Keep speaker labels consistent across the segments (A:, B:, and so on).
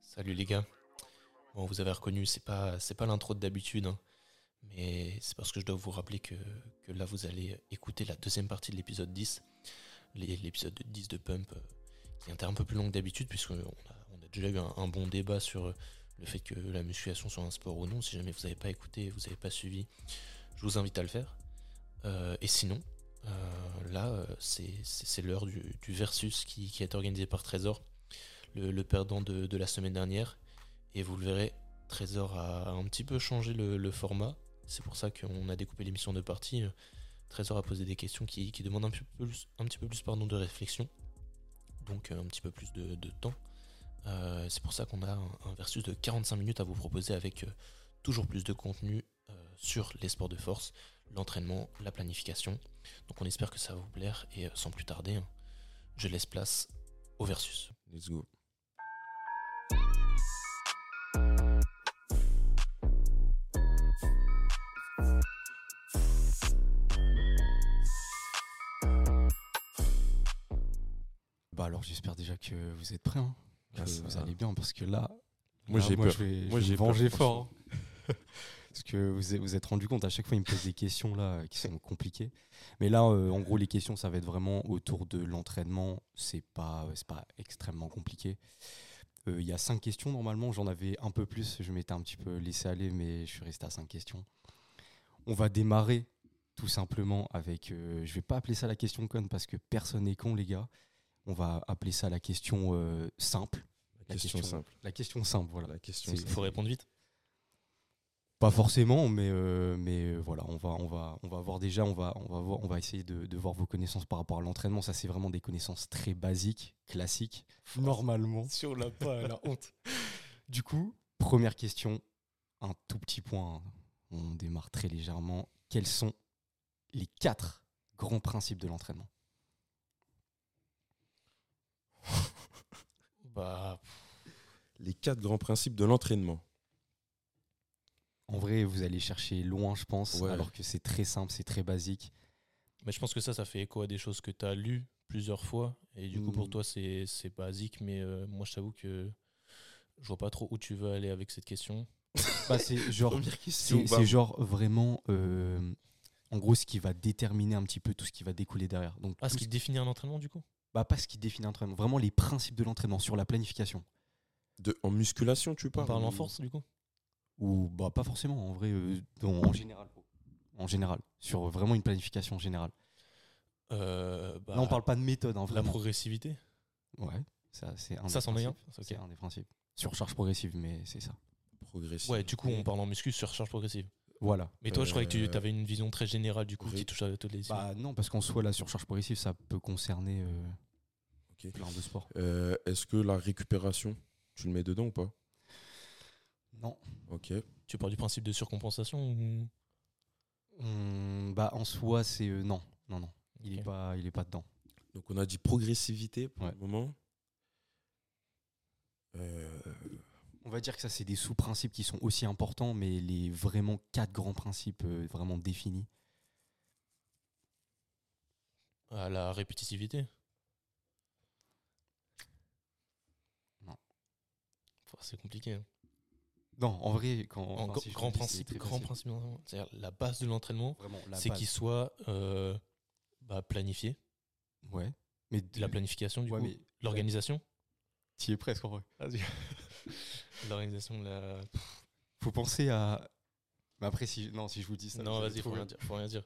A: Salut les gars. Bon, vous avez reconnu, c'est pas, c'est pas l'intro de d'habitude, hein. mais c'est parce que je dois vous rappeler que, que là vous allez écouter la deuxième partie de l'épisode 10, l'é- l'épisode 10 de Pump, euh, qui était un peu plus long que d'habitude, puisqu'on a, on a déjà eu un, un bon débat sur euh, le fait que la musculation soit un sport ou non. Si jamais vous n'avez pas écouté, vous n'avez pas suivi, je vous invite à le faire. Euh, et sinon, euh, là, euh, c'est- c'est c'est l'heure du, du versus qui, qui est organisé par Trésor, le, le perdant de, de la semaine dernière. Et vous le verrez, Trésor a un petit peu changé le, le format. C'est pour ça qu'on a découpé l'émission en deux parties. Euh, Trésor a posé des questions qui, qui demandent un petit peu plus, un petit peu plus pardon, de réflexion, donc euh, un petit peu plus de, de temps. Euh, c'est pour ça qu'on a un, un versus de 45 minutes à vous proposer avec euh, toujours plus de contenu euh, sur les sports de force, l'entraînement, la planification. Donc on espère que ça va vous plaire et euh, sans plus tarder, hein, je laisse place au versus.
B: Let's go.
C: Bah alors j'espère déjà que vous êtes prêts, hein, que
B: Ah, ça
C: vous
B: va.
C: allez bien parce que là,
B: Moi,
C: là,
B: j'ai peur.
C: Je vais,
B: Moi,
C: je vais
B: j'ai
C: me
B: peur,
C: venger
B: franchement.
C: fort. hein. parce que vous êtes- vous êtes rendu compte à chaque fois il me pose des questions là euh, qui sont compliquées. Mais là euh, en gros les questions ça va être vraiment autour de l'entraînement, c'est pas euh, c'est pas extrêmement compliqué. Euh, Il y a cinq questions normalement, j'en avais un peu plus, je m'étais un petit peu laissé aller mais je suis resté à cinq questions. On va démarrer tout simplement avec euh, je vais pas appeler ça la question conne parce que personne n'est con les gars. On va appeler ça la question euh, simple.
B: La question, simple.
C: La question simple, voilà.
B: La question
C: C'est-
A: Il faut répondre vite.
C: Pas forcément, mais, euh, mais euh, voilà, on va, on, va, on va voir déjà, on va, on va, voir, on va essayer de, de voir vos connaissances par rapport à l'entraînement. Ça, c'est vraiment des connaissances très basiques, classiques, normalement.
A: Si on l'a pas, la honte.
C: Du coup, première question, un tout petit point. hein. On démarre très légèrement. Quels sont les quatre grands principes de l'entraînement
A: Bah, pff,
B: Les quatre grands principes de l'entraînement.
C: En vrai, vous allez chercher loin, je pense,
B: Ouais.
C: alors que c'est très simple, c'est très basique.
A: mais je pense que ça, ça fait écho à des choses que tu as lues plusieurs fois. Et du coup, pour
C: Mm.
A: toi, c'est c'est basique, mais euh, moi, je t'avoue que je vois pas trop où tu veux aller avec cette question.
C: Bah, c'est genre
B: Première question.
C: C'est
A: bah.
C: c'est genre vraiment, euh, en gros, ce qui va déterminer un petit peu tout ce qui va découler derrière. Donc,
A: Ah,
C: tout
A: ce qui définit un entraînement, du coup
C: bah, pas ce qui définit l'entraînement, vraiment les principes de l'entraînement sur la planification.
B: de, en musculation, tu
A: On
B: parles
A: parle en
B: ou-
A: force, du coup
C: Ou bah, pas forcément, en vrai, euh, dans- en général. En général, sur euh, vraiment une planification générale.
A: Euh, bah,
C: Là, on parle pas de méthode, hein,
A: La
C: vraiment.
A: progressivité
C: Ouais, ça, c'est un
A: Ça,
C: des
A: c'en est un
C: principes.
A: Ok.
C: C'est un des principes. Surcharge progressive, mais c'est ça.
B: Progressive.
A: Ouais, du coup, on parle en muscu sur charge progressive.
C: Voilà.
A: Mais toi, je croyais que
B: Euh,
A: tu avais une vision très générale, du coup,
B: ré-
A: qui touche à toutes les disciplines.
C: Bah, non, parce qu'en soi, la surcharge progressive, ça peut concerner euh,
B: Ok.
C: plein de sports.
B: Euh, Est-ce que la récupération, tu le mets dedans ou pas
C: Non,
B: Ok.
A: Tu parles du principe de surcompensation ou...
C: Hum, bah en soi c'est euh, non non non il est
A: Ok.
C: pas il est pas dedans
B: Donc on a dit progressivité pour
C: Ouais.
B: le moment. Euh,
C: on va dire que ça c'est des sous-principes qui sont aussi importants mais les vraiment quatre grands principes euh, vraiment définis
A: à la répétitivité
C: Non.
A: Pouah, C'est compliqué. hein.
C: non en vrai quand
A: En
C: enfin,
A: gr-
C: si je
A: grand
C: le dis, c'est
A: principe,
C: très
A: grand
C: facile.
A: principe. de l'entraînement. C'est-à-dire la base de l'entraînement,
C: vraiment la
A: c'est
C: base.
A: qu'il soit euh, bah, planifié,
C: ouais mais
A: de la planification du
C: Mm. Ouais,
A: coup,
C: mais-
A: l'organisation,
C: tu es presque en vrai
A: l'organisation de la.
C: faut penser à mais après si non si je vous dis ça
A: non,
C: vous allez
A: vas-y, faut
C: trouver.
A: rien dire, faut rien dire.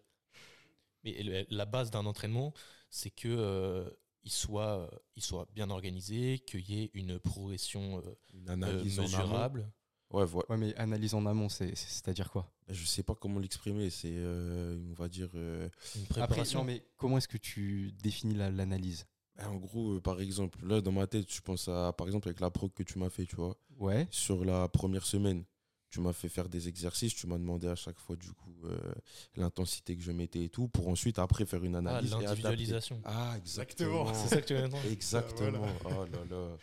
A: Mais le- la base d'un entraînement, c'est que euh, il soit, euh, il soit bien organisé, qu'il y ait une progression euh,
B: une
A: euh,
B: analyse en amont.
A: mesurable.
B: Ouais, voilà. Bah,
C: ouais mais analyse en amont c'est c'est à dire quoi
B: Je sais pas comment l'exprimer. C'est, euh, on va dire, euh,
A: Une
C: après
A: préparation.
C: non mais comment est-ce que tu définis la- l'analyse
B: en gros, euh, par exemple, là dans ma tête, je pense à, par exemple, avec la proc que tu m'as fait, tu vois.
C: ouais
B: sur la première semaine, tu m'as fait faire des exercices, tu m'as demandé à chaque fois du coup euh, l'intensité que je mettais et tout, pour ensuite après faire une
A: Ah,
B: analyse. et adapter.
A: l'individualisation.
B: Ah, exactement.
A: C'est ça que tu veux dire
B: Exactement.
C: Ah,
B: Oh là là.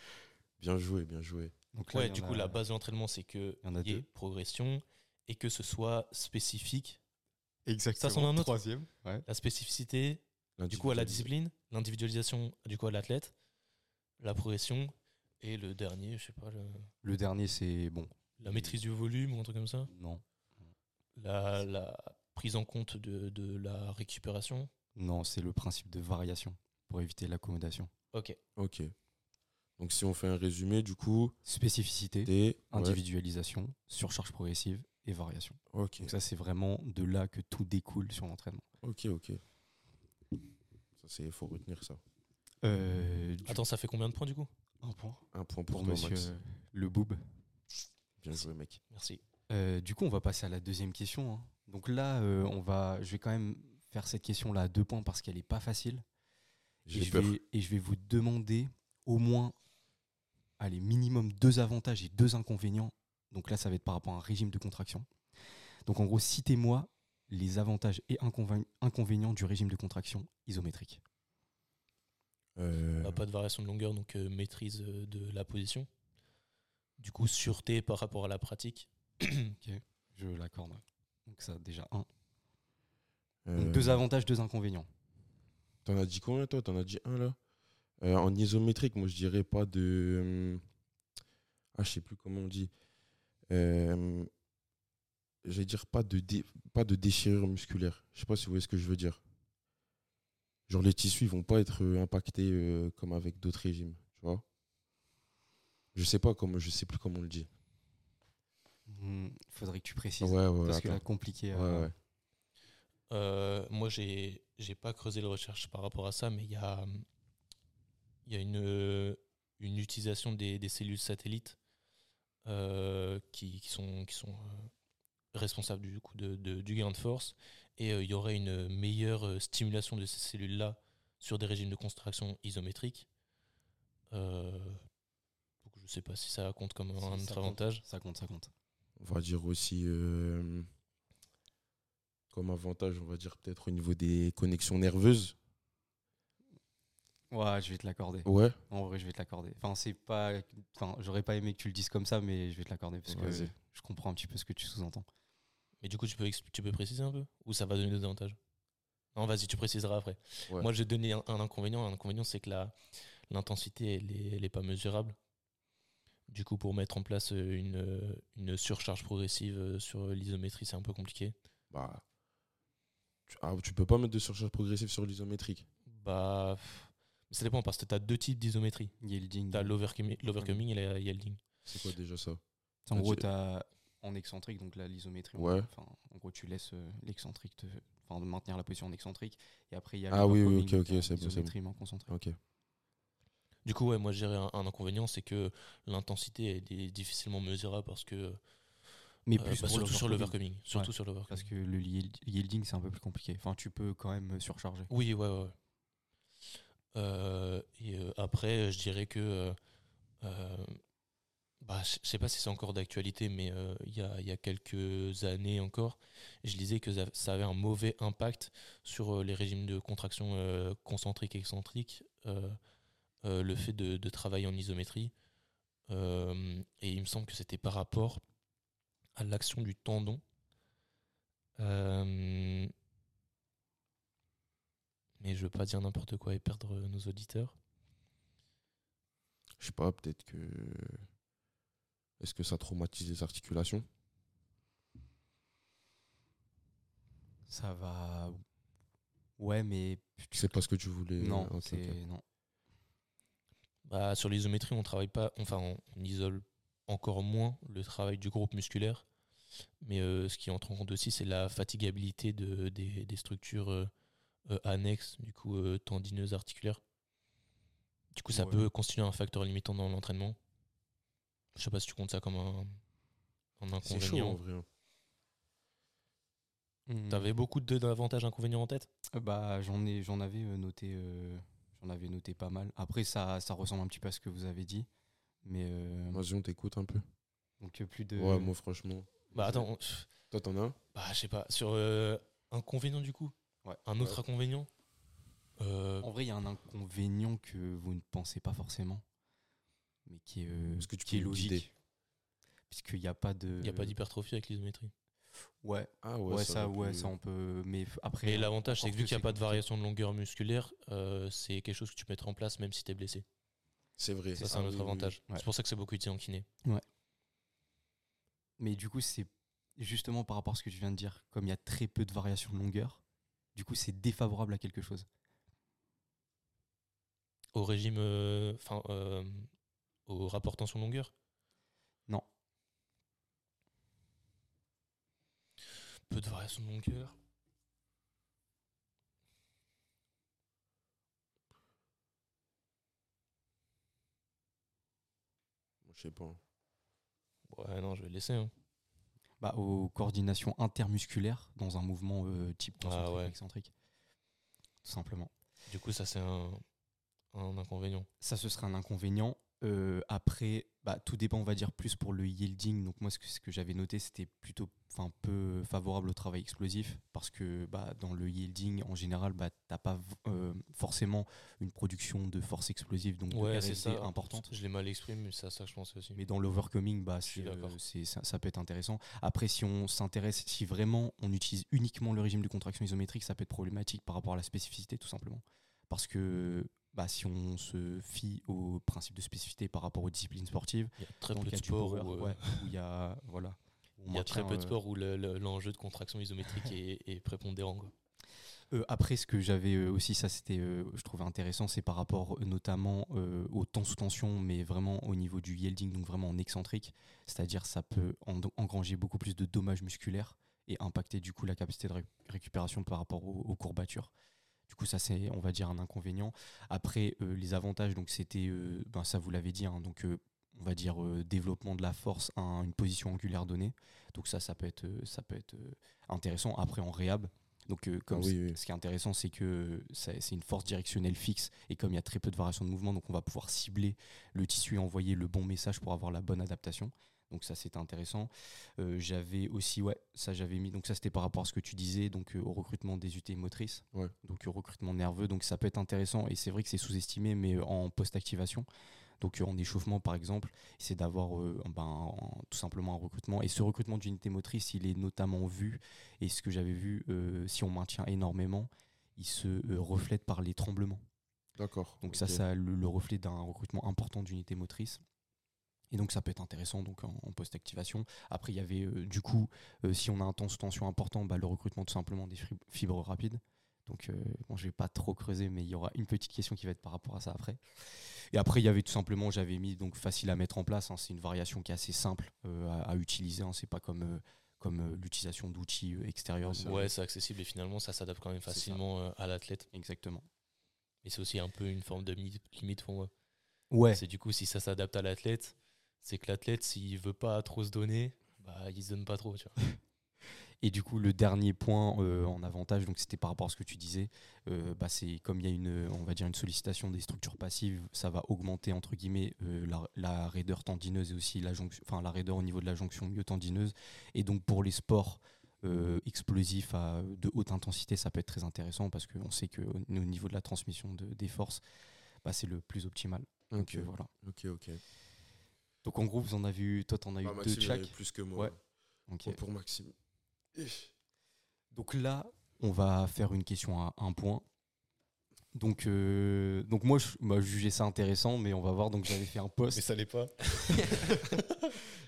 B: Bien joué, bien joué.
C: donc là,
A: Ouais,
C: il y
A: du
C: en
A: coup,
C: a-
A: la base de l'entraînement, c'est que
C: il y en a
A: y ait
C: deux.
A: progression et que ce soit spécifique.
C: exactement
A: c'en est un autre.
C: troisième ouais
A: La spécificité, du coup, à la discipline, l'individualisation, du coup, à l'athlète, la progression Et le dernier, je sais pas, le-
C: Le dernier, c'est bon.
A: la maîtrise du volume ou un truc comme ça
C: Non.
A: la, la prise en compte de, de la récupération.
C: Non, c'est le principe de variation pour éviter l'accommodation.
A: Ok.
B: Ok. Donc si on fait un résumé, du coup,
C: Spécificité,
B: des
C: individualisation, surcharge progressive et variation.
B: Ok,
C: Donc ça, c'est vraiment de là que tout découle sur l'entraînement.
B: ok, ok. Ça, c'est, faut retenir ça.
C: Euh, du-
A: Attends, ça fait combien de points du coup
C: un point
B: Un point pour,
C: pour
B: toi,
C: monsieur
B: Max.
C: euh, le boob.
B: Bien joué, mec.
A: Merci.
C: Euh, du coup, on va passer à la deuxième question. hein. Donc là, euh, on va, je vais quand même faire cette question-là à deux points parce qu'elle n'est pas facile. Et
B: J'ai
C: je
B: peur.
C: vais- et je vais vous demander au moins, allez, minimum deux avantages et deux inconvénients. Donc là, ça va être par rapport à un régime de contraction. Donc en gros, citez-moi les avantages et inconvén- inconvénients du régime de contraction isométrique.
B: Euh,
A: Bah, pas de variation de longueur, donc euh, maîtrise euh, de la position. Du coup, sûreté par rapport à la pratique.
C: Je l'accorde. Donc ça, déjà un.
B: euh,
C: Donc, deux avantages, deux inconvénients.
B: T'en as dit combien, toi T'en as dit un, là Euh, En isométrique, moi, je dirais pas de. hum, Ah, je sais plus comment on dit. Euh, Je vais dire pas de, dé- pas de déchirure musculaire. Je sais pas si vous voyez ce que je veux dire. Genre, les tissus, ils vont pas être euh, impactés euh, comme avec d'autres régimes, tu vois Je sais pas comment, je sais plus comment on le dit.
C: Il Hmm, faudrait que tu précises.
B: Ouais, ouais,
C: parce que
B: attends.
C: là, compliqué.
B: Ouais,
C: euh,
B: ouais.
A: Euh, moi, j'ai j'ai pas creusé les recherches par rapport à ça, mais il y a, hum, il y a une, euh, une utilisation des, des cellules satellites euh, qui, qui sont, qui sont euh, responsables du, coup de, de- du gain de force. Et euh, il y aurait une meilleure euh, stimulation de ces cellules-là sur des régimes de contraction isométriques. Euh, donc je sais pas si ça compte comme
C: ça-
A: un
C: ça
A: autre
C: compte,
A: avantage.
C: Ça compte, ça compte.
B: on va dire aussi euh, comme avantage, on va dire peut-être au niveau des connexions nerveuses.
C: Ouais, je vais te l'accorder.
B: Ouais.
C: En vrai, je vais te l'accorder. Enfin, c'est pas. Enfin, j'aurais pas aimé que tu le dises comme ça, mais je vais te l'accorder parce que
B: Vas-y.
C: je comprends un petit peu ce que tu sous-entends.
A: Mais du coup, tu peux, expl- tu peux préciser un peu Ou ça va donner des avantages Non, vas-y, tu préciseras après.
B: Ouais.
A: Moi, je vais te donner un, un inconvénient. Un inconvénient, c'est que la- l'intensité, elle n'est est pas mesurable. Du coup, pour mettre en place euh, une, euh, une surcharge progressive euh, sur l'isométrie, c'est un peu compliqué.
B: Bah, tu, ah, tu peux pas mettre de surcharge progressive sur l'isométrique.
A: Bah, pff, ça dépend parce que tu as deux types d'isométrie.
C: Yielding.
A: Tu as l'overcoming l'overcoming et la yielding.
B: C'est quoi déjà ça
C: En gros,
B: tu-
C: t'as en excentrique, donc là, l'isométrie. on-
B: Ouais.
C: Enfin, en gros, tu laisses euh, l'excentrique, te- enfin, de maintenir la position en excentrique. Et après, il y a.
B: Ah oui, oui,
C: l'overcoming,
B: ok, ok,
C: qui est en
B: c'est bon, c'est bon.
C: isométrie, mais en concentrique.
B: Ok.
A: Du coup, ouais, moi, je dirais un, un inconvénient, c'est que l'intensité, elle est difficilement mesurable parce que. euh,
C: Mais
A: bah,
C: plus pour
A: surtout sur
C: l'overcoming,
A: l'overcoming. Surtout
C: Ouais,
A: sur l'overcoming.
C: Parce que le yield- yielding, c'est un peu plus compliqué. Enfin, tu peux quand même surcharger.
A: Oui, ouais, ouais. Euh, et euh, après, je dirais que. euh, euh, bah, je je sais pas si c'est encore d'actualité, mais euh, il y, a, il y a quelques années encore, je disais que ça- ça avait un mauvais impact sur euh, les régimes de contraction euh, concentrique et excentrique, euh, euh, le fait de, de travailler en isométrie. Euh, et il me semble que c'était par rapport à l'action du tendon. Euh, mais je veux pas dire n'importe quoi et perdre euh, nos auditeurs.
B: Je sais pas, peut-être que. Est-ce que ça traumatise les articulations
C: Ça va. Ouais, mais.
B: C'est pas ce que tu voulais. euh,
C: Non,
B: ok,
C: c'est.
B: ok.
C: Non.
A: Bah, sur l'isométrie, on travaille pas, enfin, on, on isole encore moins le travail du groupe musculaire. Mais euh, ce qui entre en compte aussi, c'est la fatigabilité de, des, des structures euh, euh, annexes, du coup, euh, tendineuses, articulaires. Du coup, ça
C: Ouais.
A: peut constituer un facteur limitant dans l'entraînement. Je sais pas si tu comptes ça comme un, un
B: C'est chaud en
A: inconvénient.
B: vrai. hein.
A: T'avais beaucoup de- d'avantages inconvénients en tête
C: Euh, Bah, j'en ai, j'en avais euh, noté, euh, j'en avais noté pas mal. Après, ça, ça ressemble un petit peu à ce que vous avez dit, mais euh,
B: Vas-y, on t'écoute un peu.
C: donc euh, plus de.
B: Ouais, moi, franchement.
A: Bah, attends, on-
B: Toi, t'en as un
A: bah, je sais pas, sur euh, inconvénient du coup
C: Ouais. Oh,
A: Un autre inconvénient Euh,
C: En vrai, il y a un inconvénient que vous ne pensez pas forcément, mais qui est, euh,
B: Est-ce que tu
C: qui est
B: peux nous guider
C: logique, puisqu'il n'y a pas de.
A: Il n'y a pas d'hypertrophie avec l'isométrie.
C: Ouais,
B: Ah
C: ouais, ça,
B: non
C: ouais,
B: plus.
C: ça on peut. Mais f- après. hein,
A: Mais l'avantage, c'est
C: encore
A: que vu
C: que
A: qu'il n'y a
C: c'est
A: pas de
C: compliqué.
A: variation de longueur musculaire, euh, c'est quelque chose que tu peux mettre en place même si tu es blessé.
B: C'est vrai.
A: Ça, c'est un
B: Ah,
A: autre
B: oui, oui.
A: avantage.
C: Ouais.
A: C'est pour ça que c'est beaucoup utilisé en kiné.
C: Mais du coup, c'est justement par rapport à ce que tu viens de dire, comme il y a très peu de variations de longueur, du coup, c'est défavorable à quelque chose.
A: Au régime. euh, Enfin, euh, au rapport tension-longueur
C: Non.
A: Peu de variation de longueur.
B: Je sais pas.
A: Ouais, non, je vais le laisser. hein.
C: Bah, aux coordinations intermusculaires dans un mouvement euh, type
A: Ah
C: concentrique,
A: ouais.
C: excentrique. Tout simplement.
A: Du coup, ça, c'est un, un inconvénient.
C: Ça, ce serait un inconvénient. Euh, après, bah, tout dépend, on va dire, plus pour le yielding. Donc, moi, ce que, ce que j'avais noté, c'était plutôt enfin, peu favorable au travail explosif parce que bah, dans le yielding, en général, bah, tu n'as pas euh, forcément une production de force explosive, donc de
A: Ouais, c'est
C: RSD
A: ça.
C: importante.
A: Je l'ai mal exprimé, mais c'est à ça que je pensais aussi.
C: Mais dans l'overcoming, bah,
A: suis
C: c'est, euh,
A: d'accord.
C: c'est- ça, ça peut être intéressant. Après, si on s'intéresse, si vraiment on utilise uniquement le régime de contraction isométrique, ça peut être problématique par rapport à la spécificité, tout simplement. Parce que bah, si on se fie au principe de spécificité par rapport aux disciplines sportives,
A: Il y a très
C: dans
A: peu
C: le cas
A: de
C: du
A: sports
C: power,
A: où, euh,
C: ouais, où il y a. Voilà. où on
A: il y a très
C: maintient,
A: peu de
C: euh,
A: sports où le- le- l'enjeu de contraction isométrique est, est prépondérant. quoi.
C: Euh, après, ce que j'avais euh, aussi, ça c'était, euh, je trouvais intéressant, c'est par rapport euh, notamment euh, au temps sous tension, mais vraiment au niveau du yielding, donc vraiment en excentrique. C'est-à-dire, ça peut en- engranger beaucoup plus de dommages musculaires et impacter du coup la capacité de ré- récupération par rapport aux, aux courbatures. Du coup, ça c'est, on va dire, un inconvénient. Après, euh, les avantages, donc c'était, euh, ben, ça vous l'avez dit, hein, donc euh, on va dire euh, développement de la force à une position angulaire donnée. Donc ça, ça peut être, euh, ça peut être euh, intéressant. Après, en réhab. Donc, euh, comme
B: Ah oui, oui.
C: ce qui est intéressant, c'est que ça- c'est une force directionnelle fixe et comme il y a très peu de variations de mouvement, donc on va pouvoir cibler le tissu et envoyer le bon message pour avoir la bonne adaptation. Donc ça c'est intéressant. Euh, j'avais aussi ouais ça j'avais mis donc ça c'était par rapport à ce que tu disais donc euh, au recrutement des UT motrices
B: Ouais.
C: donc au recrutement nerveux donc ça peut être intéressant et c'est vrai que c'est sous-estimé mais euh, en post-activation donc euh, en échauffement par exemple c'est d'avoir euh, ben, un- tout simplement un recrutement et ce recrutement d'unité motrice il est notamment vu et ce que j'avais vu euh, si on maintient énormément il se euh, reflète par les tremblements
B: D'accord.
C: donc ça,
B: ok.
C: ça a le, le reflet d'un recrutement important d'unités motrices. Et donc ça peut être intéressant donc en, en post-activation. Après, il y avait euh, du coup, euh, si on a un temps sous tension important, bah, le recrutement tout simplement des fib- fibres rapides. Donc euh, bon, je vais pas trop creuser, mais il y aura une petite question qui va être par rapport à ça après. Et après, il y avait tout simplement, j'avais mis donc facile à mettre en place. hein, c'est une variation qui est assez simple euh, à, à utiliser. hein, c'est pas comme euh, comme euh, l'utilisation d'outils euh, extérieurs.
B: Ouais, ça-
A: Ouais, c'est accessible et finalement, ça s'adapte quand même
C: C'est ça.
A: facilement euh, à l'athlète.
C: Exactement.
A: Et c'est aussi un peu une forme de mi- limite pour moi.
C: Ouais.
A: C'est du coup, si ça s'adapte à l'athlète, c'est que l'athlète, s'il veut pas trop se donner, bah, il se donne pas trop. Tu vois.
C: Et du coup, le dernier point euh, en avantage, donc c'était par rapport à ce que tu disais, euh, bah, c'est comme il y a une, euh, on va dire une sollicitation des structures passives, ça va augmenter entre guillemets euh, la, la raideur tendineuse et aussi la jonction, enfin la raideur au niveau de la jonction myotendineuse. Et donc pour les sports euh, explosifs à, de haute intensité, ça peut être très intéressant parce qu'on sait que au, au niveau de la transmission de- des forces, bah, c'est le plus optimal. Donc
B: Ok,
C: euh, voilà.
B: ok, ok.
C: Donc en gros, vous en avez eu, toi t'en as eu
B: Bah,
C: deux
B: Maxime,
C: de
B: il en avait
C: chaque.
B: plus que moi.
C: Ouais. Ok.
B: Bon, Pour Maxime.
C: Donc là, on va faire une question à un point. Donc, euh, donc moi, je bah, je jugeais ça intéressant, mais on va voir. Donc j'avais fait un post,
A: ça l'est pas.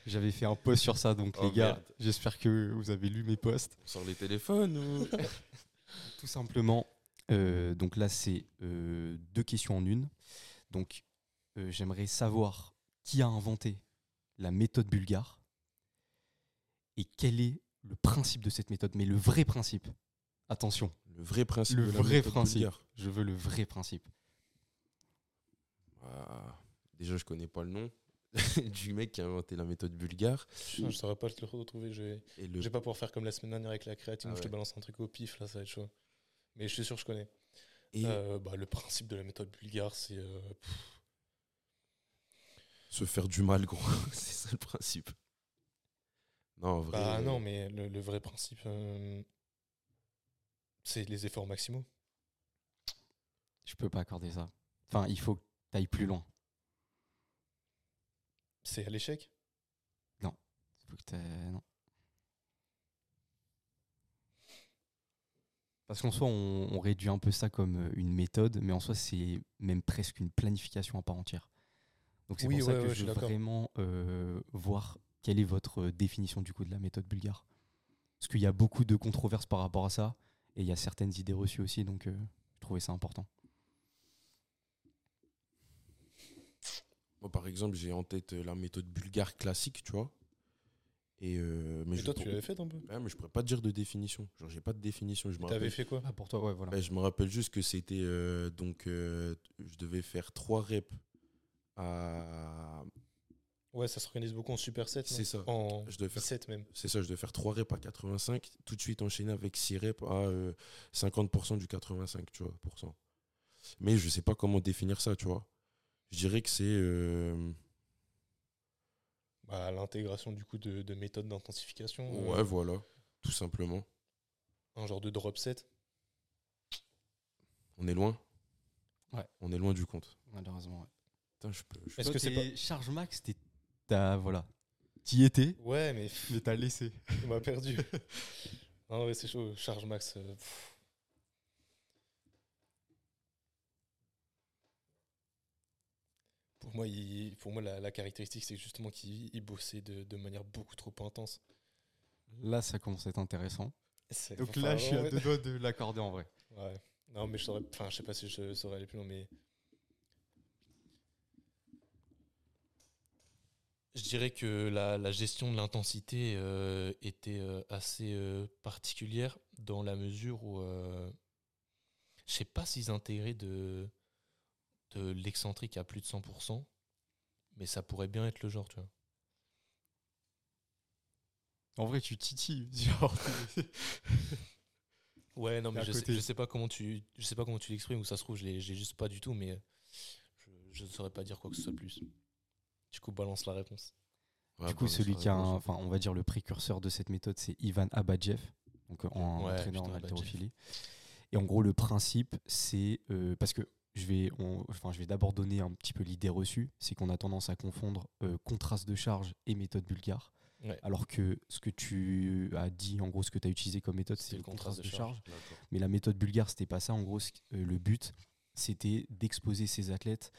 C: j'avais fait un post sur ça. Donc
B: Oh,
C: les gars,
B: merde.
C: j'espère que vous avez lu mes posts.
B: On sort les téléphones ou...
C: Tout simplement. euh, donc là, c'est euh, deux questions en une. Donc euh, j'aimerais savoir qui a inventé la méthode bulgare et quel est le principe de cette méthode, mais le vrai principe. Attention,
B: Le vrai principe.
C: Le
B: de la
C: vrai
B: méthode
C: principe.
B: bulgare.
C: je veux le vrai principe.
B: Ah, déjà, je connais pas le nom du mec qui a inventé la méthode bulgare.
A: Je saurais pas te le retrouver. Je vais...
B: Et le...
A: Je vais pas pouvoir faire comme la semaine dernière avec la créatine,
B: Ah
A: où je te
B: ouais.
A: balance un truc au pif, là, ça va être chaud. Mais je suis sûr que je connais.
B: et
A: Euh, bah, le principe de la méthode bulgare, c'est. euh, pff,
B: se faire du mal, gros. C'est ça le principe. Non, en vrai.
A: bah
B: euh,
A: non, mais le, le vrai principe, euh, c'est les efforts maximaux.
C: Je peux pas accorder ça. Enfin, il faut que tu ailles plus loin.
A: C'est à l'échec.
C: Il faut que t'ailles- non. Parce qu'en soi, on, on réduit un peu ça comme euh, une méthode, mais en soi, c'est même presque une planification à part entière. Donc c'est
D: Oui,
C: pour ça
D: ouais,
C: que
D: ouais, je
C: je
D: suis
C: veux
D: d'accord.
C: vraiment euh, voir quelle est votre euh, définition du coup de la méthode bulgare. Parce qu'il y a beaucoup de controverses par rapport à ça, et il y a certaines idées reçues aussi, donc euh, je trouvais ça important.
B: Moi, par exemple, j'ai en tête euh, la méthode bulgare classique, tu vois. Et euh, mais
D: Mais
B: je
D: toi, tu
B: pour-
D: l'avais fait un peu
B: Ouais, mais je pourrais pas te dire de définition. Genre, j'ai pas de définition. Je me
D: T'avais
B: rappelle,
D: fait quoi
C: pour toi, ouais, voilà.
B: Ouais, je me rappelle juste que c'était euh, donc euh, je devais faire trois reps. À...
D: Ouais, ça s'organise beaucoup en superset. non
B: C'est ça.
D: En
B: Je devais faire
D: 7 même.
B: C'est ça, je devais faire 3 reps à 85, tout de suite enchaîner avec 6 reps à euh, 50% du 85, tu vois, pour cent. Mais je sais pas comment définir ça, tu vois. Je dirais que c'est... euh,
D: Bah, l'intégration du coup de, de méthodes d'intensification. euh,
B: ouais, voilà, tout simplement.
D: Un genre de drop set.
B: On est loin
C: Ouais.
B: On est loin du compte.
C: Malheureusement, ouais.
B: Putain, je peux... je
D: Est-ce
B: peux-
C: Est-ce
D: que
C: que
D: c'est
C: c'est charge max, t'es- t'as voilà, t'y étais,
D: Ouais, mais
C: mais t'as laissé.
D: on m'a perdu. non, ouais, c'est chaud. Charge max. euh, pff. Pour moi, il- pour moi la, la caractéristique, c'est justement qu'il il bossait de, de manière beaucoup trop intense.
C: Là, ça commence à être intéressant.
D: C'est-
C: Donc
D: enfin,
C: là, je suis à
D: ouais.
C: deux doigts de l'accorder en vrai.
D: Ouais. Non, mais je saurais. Enfin, je sais pas si je saurais aller plus loin, mais.
A: Je dirais que la, la gestion de l'intensité euh, était euh, assez euh, particulière dans la mesure où euh, je sais pas s'ils intégraient de, de l'excentrique à plus de 100%, mais ça pourrait bien être le genre, tu vois.
C: En vrai, tu titilles. Genre,
A: Ouais, non,
C: mais
A: mais
C: à
A: je sais,
C: côté.
A: je sais pas comment tu, je sais pas comment tu l'exprimes ou ça se trouve, je l'ai je l'ai juste pas du tout, mais je, je ne saurais pas dire quoi que ce soit de plus. Du coup, balance la réponse.
B: Ouais,
C: du coup,
B: bah,
C: celui
B: ça,
C: qui a,
B: bon,
C: un-
B: ça.
C: enfin, on va dire le précurseur de cette méthode, c'est Ivan Abadjev, donc euh, en
A: Ouais,
C: entraîneur en
A: putain, Abadjev.
C: haltérophilie. Et en gros, le principe, c'est euh, parce que je vais, on- enfin, je vais d'abord donner un petit peu l'idée reçue, c'est qu'on a tendance à confondre euh, contraste de charge et méthode bulgare,
A: Ouais.
B: Ah,
C: alors que ce que tu as dit, en gros, ce que tu as utilisé comme méthode, c'est le contraste de charge.
B: D'accord.
C: Mais la méthode bulgare, c'était pas ça. En gros, ce- euh, le but, c'était d'exposer ces athlètes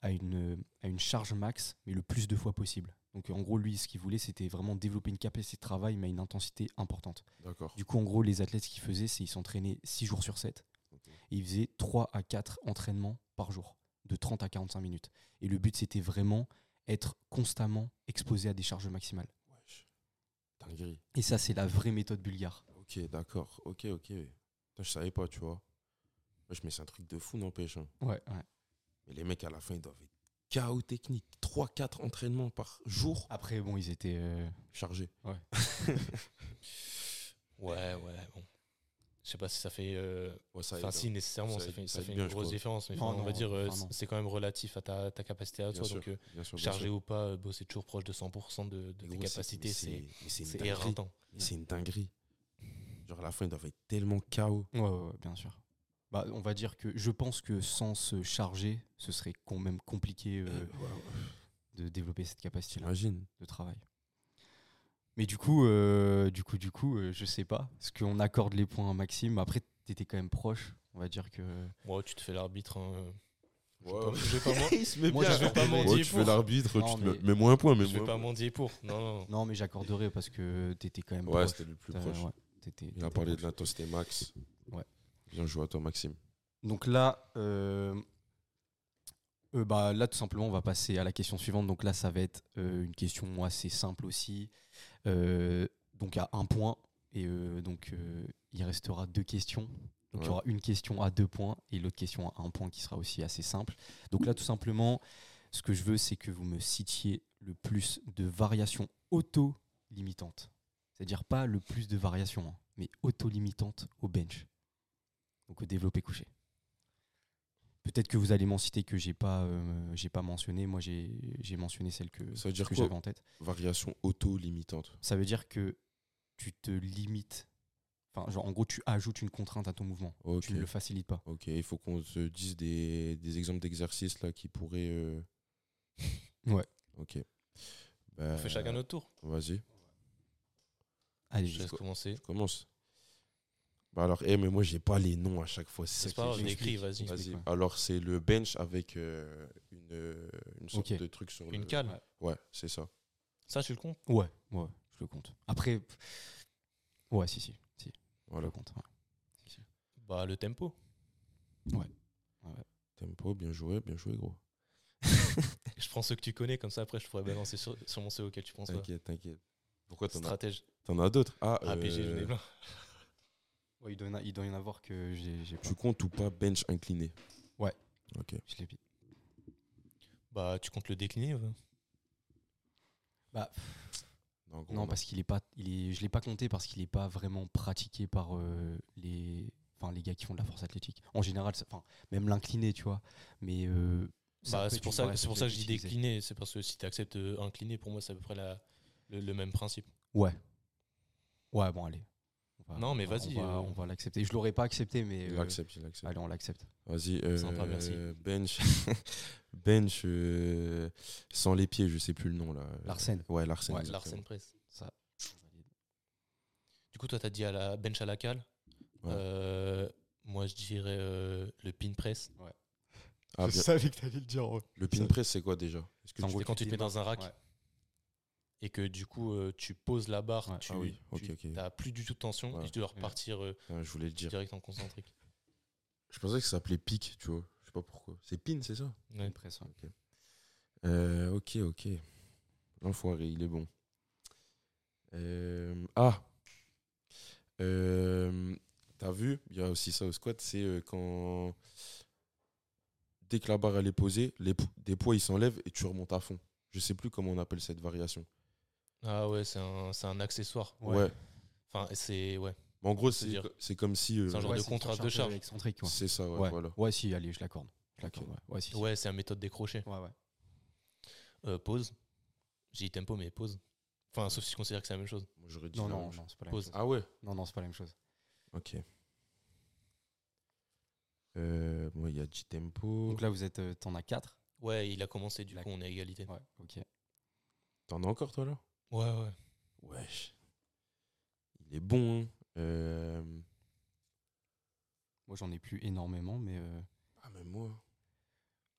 C: à une, euh, à une charge max, mais le plus de fois possible. Donc, euh, en gros, lui, ce qu'il voulait, c'était vraiment développer une capacité de travail, mais à une intensité importante.
B: D'accord.
C: Du coup, en gros, les athlètes, ce qu'ils faisaient, c'est qu'ils s'entraînaient 6 jours sur 7.
B: Ok.
C: Et ils faisaient 3 à 4 entraînements par jour, de 30 à 45 minutes. Et le but, c'était vraiment être constamment exposé à des charges maximales.
B: Wesh. Dinguerie.
C: Et ça, c'est la vraie méthode bulgare.
B: Ok, d'accord. Ok, ok. Putain, je savais pas, tu vois. Wesh, mais c'est un truc de fou, n'empêche. hein.
C: Ouais, ouais.
B: Mais les mecs, à la fin, ils doivent être chaos technique. 3-4 entraînements par jour
C: Après, bon, ils étaient. euh,
B: chargés.
A: Ouais, ouais, bon. Je sais pas si ça fait. euh,
B: Ouais, ça
A: Enfin,
B: aide,
A: si,
B: hein.
A: nécessairement,
B: Ça
A: ça,
B: aide-
A: fait,
B: ça
A: ça
B: aide
A: fait
B: bien,
A: une
B: je
A: grosse
B: crois. Oh
A: différence. Mais
C: Non,
A: enfin, on va
C: non,
A: dire, euh,
C: enfin, non.
A: c'est quand même relatif à ta, ta capacité à
B: Bien
A: toi.
B: sûr,
A: donc, euh,
B: bien sûr, bien
A: chargé
B: sûr.
A: ou pas, euh, bosser toujours proche de 100% de, de
B: Mais
A: tes
B: gros, c'est-
A: capacités,
B: mais
A: c'est
B: mais c'est
A: c'est
B: une dinguerie.
A: éreintant.
B: Mais c'est une dinguerie. Genre, à la fin, ils doivent être tellement chaos.
C: Ouais, ouais, ouais, bien sûr. Bah, on va dire que je pense que sans se charger, ce serait quand même compliqué euh, de développer cette capacité-là
B: T'imagines
C: de travail. Mais du coup, euh, du coup, du coup, euh, je sais pas. Parce qu'on accorde les points à Maxime. Après, t'étais quand même proche. On va dire que.
A: Moi, tu te fais l'arbitre. hein, euh, je vais
B: Ouais,
A: pas-
B: ouais.
A: Je vais pas,
B: Il se met
C: Moi,
B: bien.
C: je vais pas
B: Ouais,
A: mendier
B: tu
A: pour.
B: fais l'arbitre,
C: Non,
B: tu te mets-
C: mais-
B: mets-moi un point.
A: m'en-
B: mais
A: je vais
B: moi
A: pas mendier pour. Non, non, non.
C: Non, mais j'accorderais parce que t'étais quand même
B: Ouais,
C: proche.
B: c'était le plus
C: T'as-
B: proche.
C: ouais, t'étais-
B: Il a
C: t'étais
B: parlé
C: proche.
B: de l'intensité max.
C: Ouais.
B: Bien joué à toi, Maxime.
C: Donc là, euh, euh, bah, là, tout simplement, on va passer à la question suivante. Donc là, ça va être euh, une question assez simple aussi. Euh, donc à un point. Et euh, donc, euh, il restera deux questions. Donc il y
B: Ouais.
C: aura une question à deux points et l'autre question à un point qui sera aussi assez simple. Donc là, tout simplement, ce que je veux, c'est que vous me citiez le plus de variations auto-limitantes. C'est-à-dire pas le plus de variations, hein, mais auto-limitantes au bench. Donc au développé couché. Peut-être que vous allez m'en citer que j'ai pas, euh, j'ai pas mentionné. Moi, j'ai j'ai mentionné celle que,
B: Ça veut dire
C: que
B: quoi
C: j'avais en tête.
B: Variation auto-limitante.
C: Ça veut dire que tu te limites. Enfin, genre, en gros, tu ajoutes une contrainte à ton mouvement.
B: Ok.
C: Tu ne le facilites pas.
B: Ok, il faut qu'on se dise des, des exemples d'exercices là qui pourraient. euh,
C: Ouais.
B: Ok.
A: On fait chacun
B: Bah,
A: notre tour.
B: Vas-y,
C: Allez,
A: Je laisse commencer.
B: je commence. Bah alors, eh, mais moi j'ai pas les noms à chaque fois. C'est ça
A: C'est
B: qui est
A: pas grave,
B: chiant.
A: décris, vas-y.
C: explique,
B: Vas-y.
C: ouais.
B: Alors c'est le bench avec euh, une, une, euh, une sorte
C: Ok.
B: de truc sur le.
A: Une cale.
B: Ouais, c'est ça.
A: Ça, tu le comptes
C: Ouais, ouais, je le compte. Après, pff, ouais, si, si, si, je
B: Voilà,
C: le compte. ouais.
A: Bah, le tempo.
B: tempo, bien joué, bien joué, gros.
A: Je prends ceux que tu connais, comme ça après je pourrais balancer sur, sur mon ceux auquel tu penses. pas.
B: T'inquiète, t'inquiète. Pourquoi t'en as,
A: Stratège.
B: t'en as d'autres Ah,
A: APG, j'en ai
B: euh,
A: plein.
C: Ouais, il, doit y en a- il doit y en avoir que j'ai j'ai pas.
B: tu comptes ou pas bench incliné
C: Je l'ai-
A: Bah, tu comptes le décliner ouais.
C: Bah,
B: Non, gros,
C: non, parce qu'il est pas, il est, je l'ai pas compté parce qu'il est pas vraiment pratiqué par euh, les, enfin les gars qui font de la force athlétique. En général, ça- enfin même l'incliné, tu vois. Mais euh, ça
A: Bah,
C: peut
A: c'est
C: être
A: pour,
C: une
A: ça,
C: variation
A: c'est pour
C: que
A: ça que
C: j'ai
A: je dis
C: utilisée.
A: décliner. C'est parce que si tu acceptes incliner, pour moi, c'est à peu près la, le, le même principe.
C: Ouais. Ouais, bon, allez. On va-
A: Non, mais
C: on va-
A: vas-y,
C: On va,
A: euh.
C: on va l'accepter. Je l'aurais pas accepté, mais.
B: il
C: euh,
B: l'accepte, il l'accepte.
C: Allez, on l'accepte.
B: Vas-y, euh,
A: Sympa, merci.
B: bench, bench euh, sans les pieds, je sais plus le nom là.
C: Larsen.
B: Ouais, Larsen.
C: Ouais,
B: exactement.
A: Larsen Press.
C: Ça.
A: Du coup, toi, t'as dit à la bench à la cale.
B: Ouais.
A: Euh, moi, je dirais euh, le pin press.
B: Ah, bien.
C: savais que t'allais le dire.
B: Le pin press, c'est quoi déjà Est-ce que
C: En
B: tu-
C: gros,
A: C'est quand
C: tu
A: tu te mets
C: démarres.
A: dans un rack
C: Ouais.
A: et que du coup, euh, tu poses la barre,
C: Ouais.
A: tu
B: Ah oui, ok,
A: tu-
B: ok.
A: t'as plus du tout de tension
B: Ouais.
A: et tu dois repartir euh,
B: Putain, je voulais le dire.
A: direct en concentrique.
B: Je pensais que ça s'appelait pic, tu vois. Je sais pas pourquoi. C'est pin, c'est ça
A: Ouais.
B: Euh, ok, ok. L'enfoiré, il est bon. Euh, ah Euh, T'as vu, il y a aussi ça au squat, c'est euh, quand. Dès que la barre elle est posée, les po- des poids ils s'enlèvent et tu remontes à fond. Je sais plus comment on appelle cette variation.
A: Ah ouais, c'est un, c'est un accessoire.
B: Ouais.
A: Enfin, c'est ouais.
B: Mais en gros,
A: C'est
B: c'est
A: dire-
B: c'est comme si. euh,
A: C'est un genre de contrat de charge.
C: Excentrique, ouais.
B: C'est ça, ouais,
C: Ouais.
B: voilà.
C: Ouais, si, allez, je l'accorde. Je l'accorde, ouais. Ouais, si, si.
A: Ouais, c'est un méthode des crochets.
C: Ouais, ouais.
A: Euh, pause. J'ai dit tempo, mais pause. Enfin, sauf si je considère que c'est la même chose.
B: Moi, j'aurais dit
C: Non,
B: la
C: non,
B: même chose.
C: non, c'est pas la même
A: Pause.
C: chose.
B: Ah ouais
C: Non, non, c'est pas la même chose.
B: Ok. Euh, bon, il y a dit tempo.
C: Donc là, vous êtes, euh, t'en as 4.
A: Ouais, il a commencé, du coup,
C: D'accord.
A: on est à égalité.
C: Ouais, ok.
B: T'en as encore toi là
A: Ouais, ouais.
B: Wesh. Il est bon. hein. Euh,
C: Moi, j'en ai plus énormément, mais. euh,
B: Ah, même moi.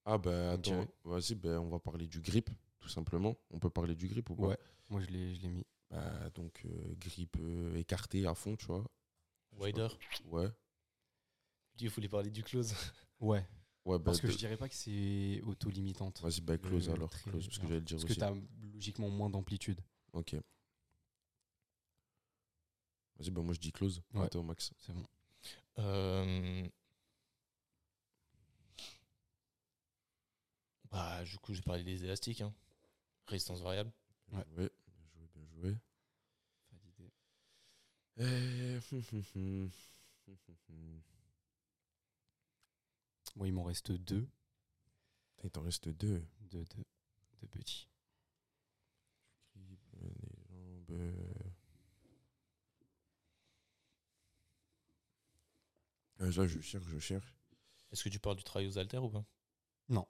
B: Ah, bah
C: On dirait.
B: attends. Vas-y, bah, on va parler du grip, tout simplement. On peut parler du grip ou pas
C: Ouais. Moi, je l'ai je l'ai mis.
B: Bah, donc, euh, grip euh, écarté à fond, tu vois.
A: Wider.
B: Ouais.
A: Tu voulais parler du close.
C: Ouais.
B: Ouais, bah,
C: Parce que
B: de-
C: je dirais pas que c'est auto-limitante.
B: Vas-y, bah, close
C: le
B: alors.
C: tri-
B: Close, parce que
C: merde.
B: j'allais le dire
C: Parce que
B: aussi.
C: t'as logiquement moins d'amplitude.
B: Ok. Vas-y, bah, moi je dis close.
C: Ouais.
B: Attends, Max.
C: C'est bon.
A: Euh, Bah, du coup, j'ai parlé des élastiques. hein. Résistance variable.
B: Bien
C: Ouais.
B: joué, bien joué, bien joué. Euh, hum, hum, hum. Hum, hum, hum.
C: Moi, il m'en reste deux.
B: Putain, Il t'en reste deux.
C: Deux, deux, deux petits.
B: Grip, euh, les jambes, euh. Ah, Là, je cherche, je cherche.
A: Est-ce que tu parles du travail aux haltères ou pas
C: Non.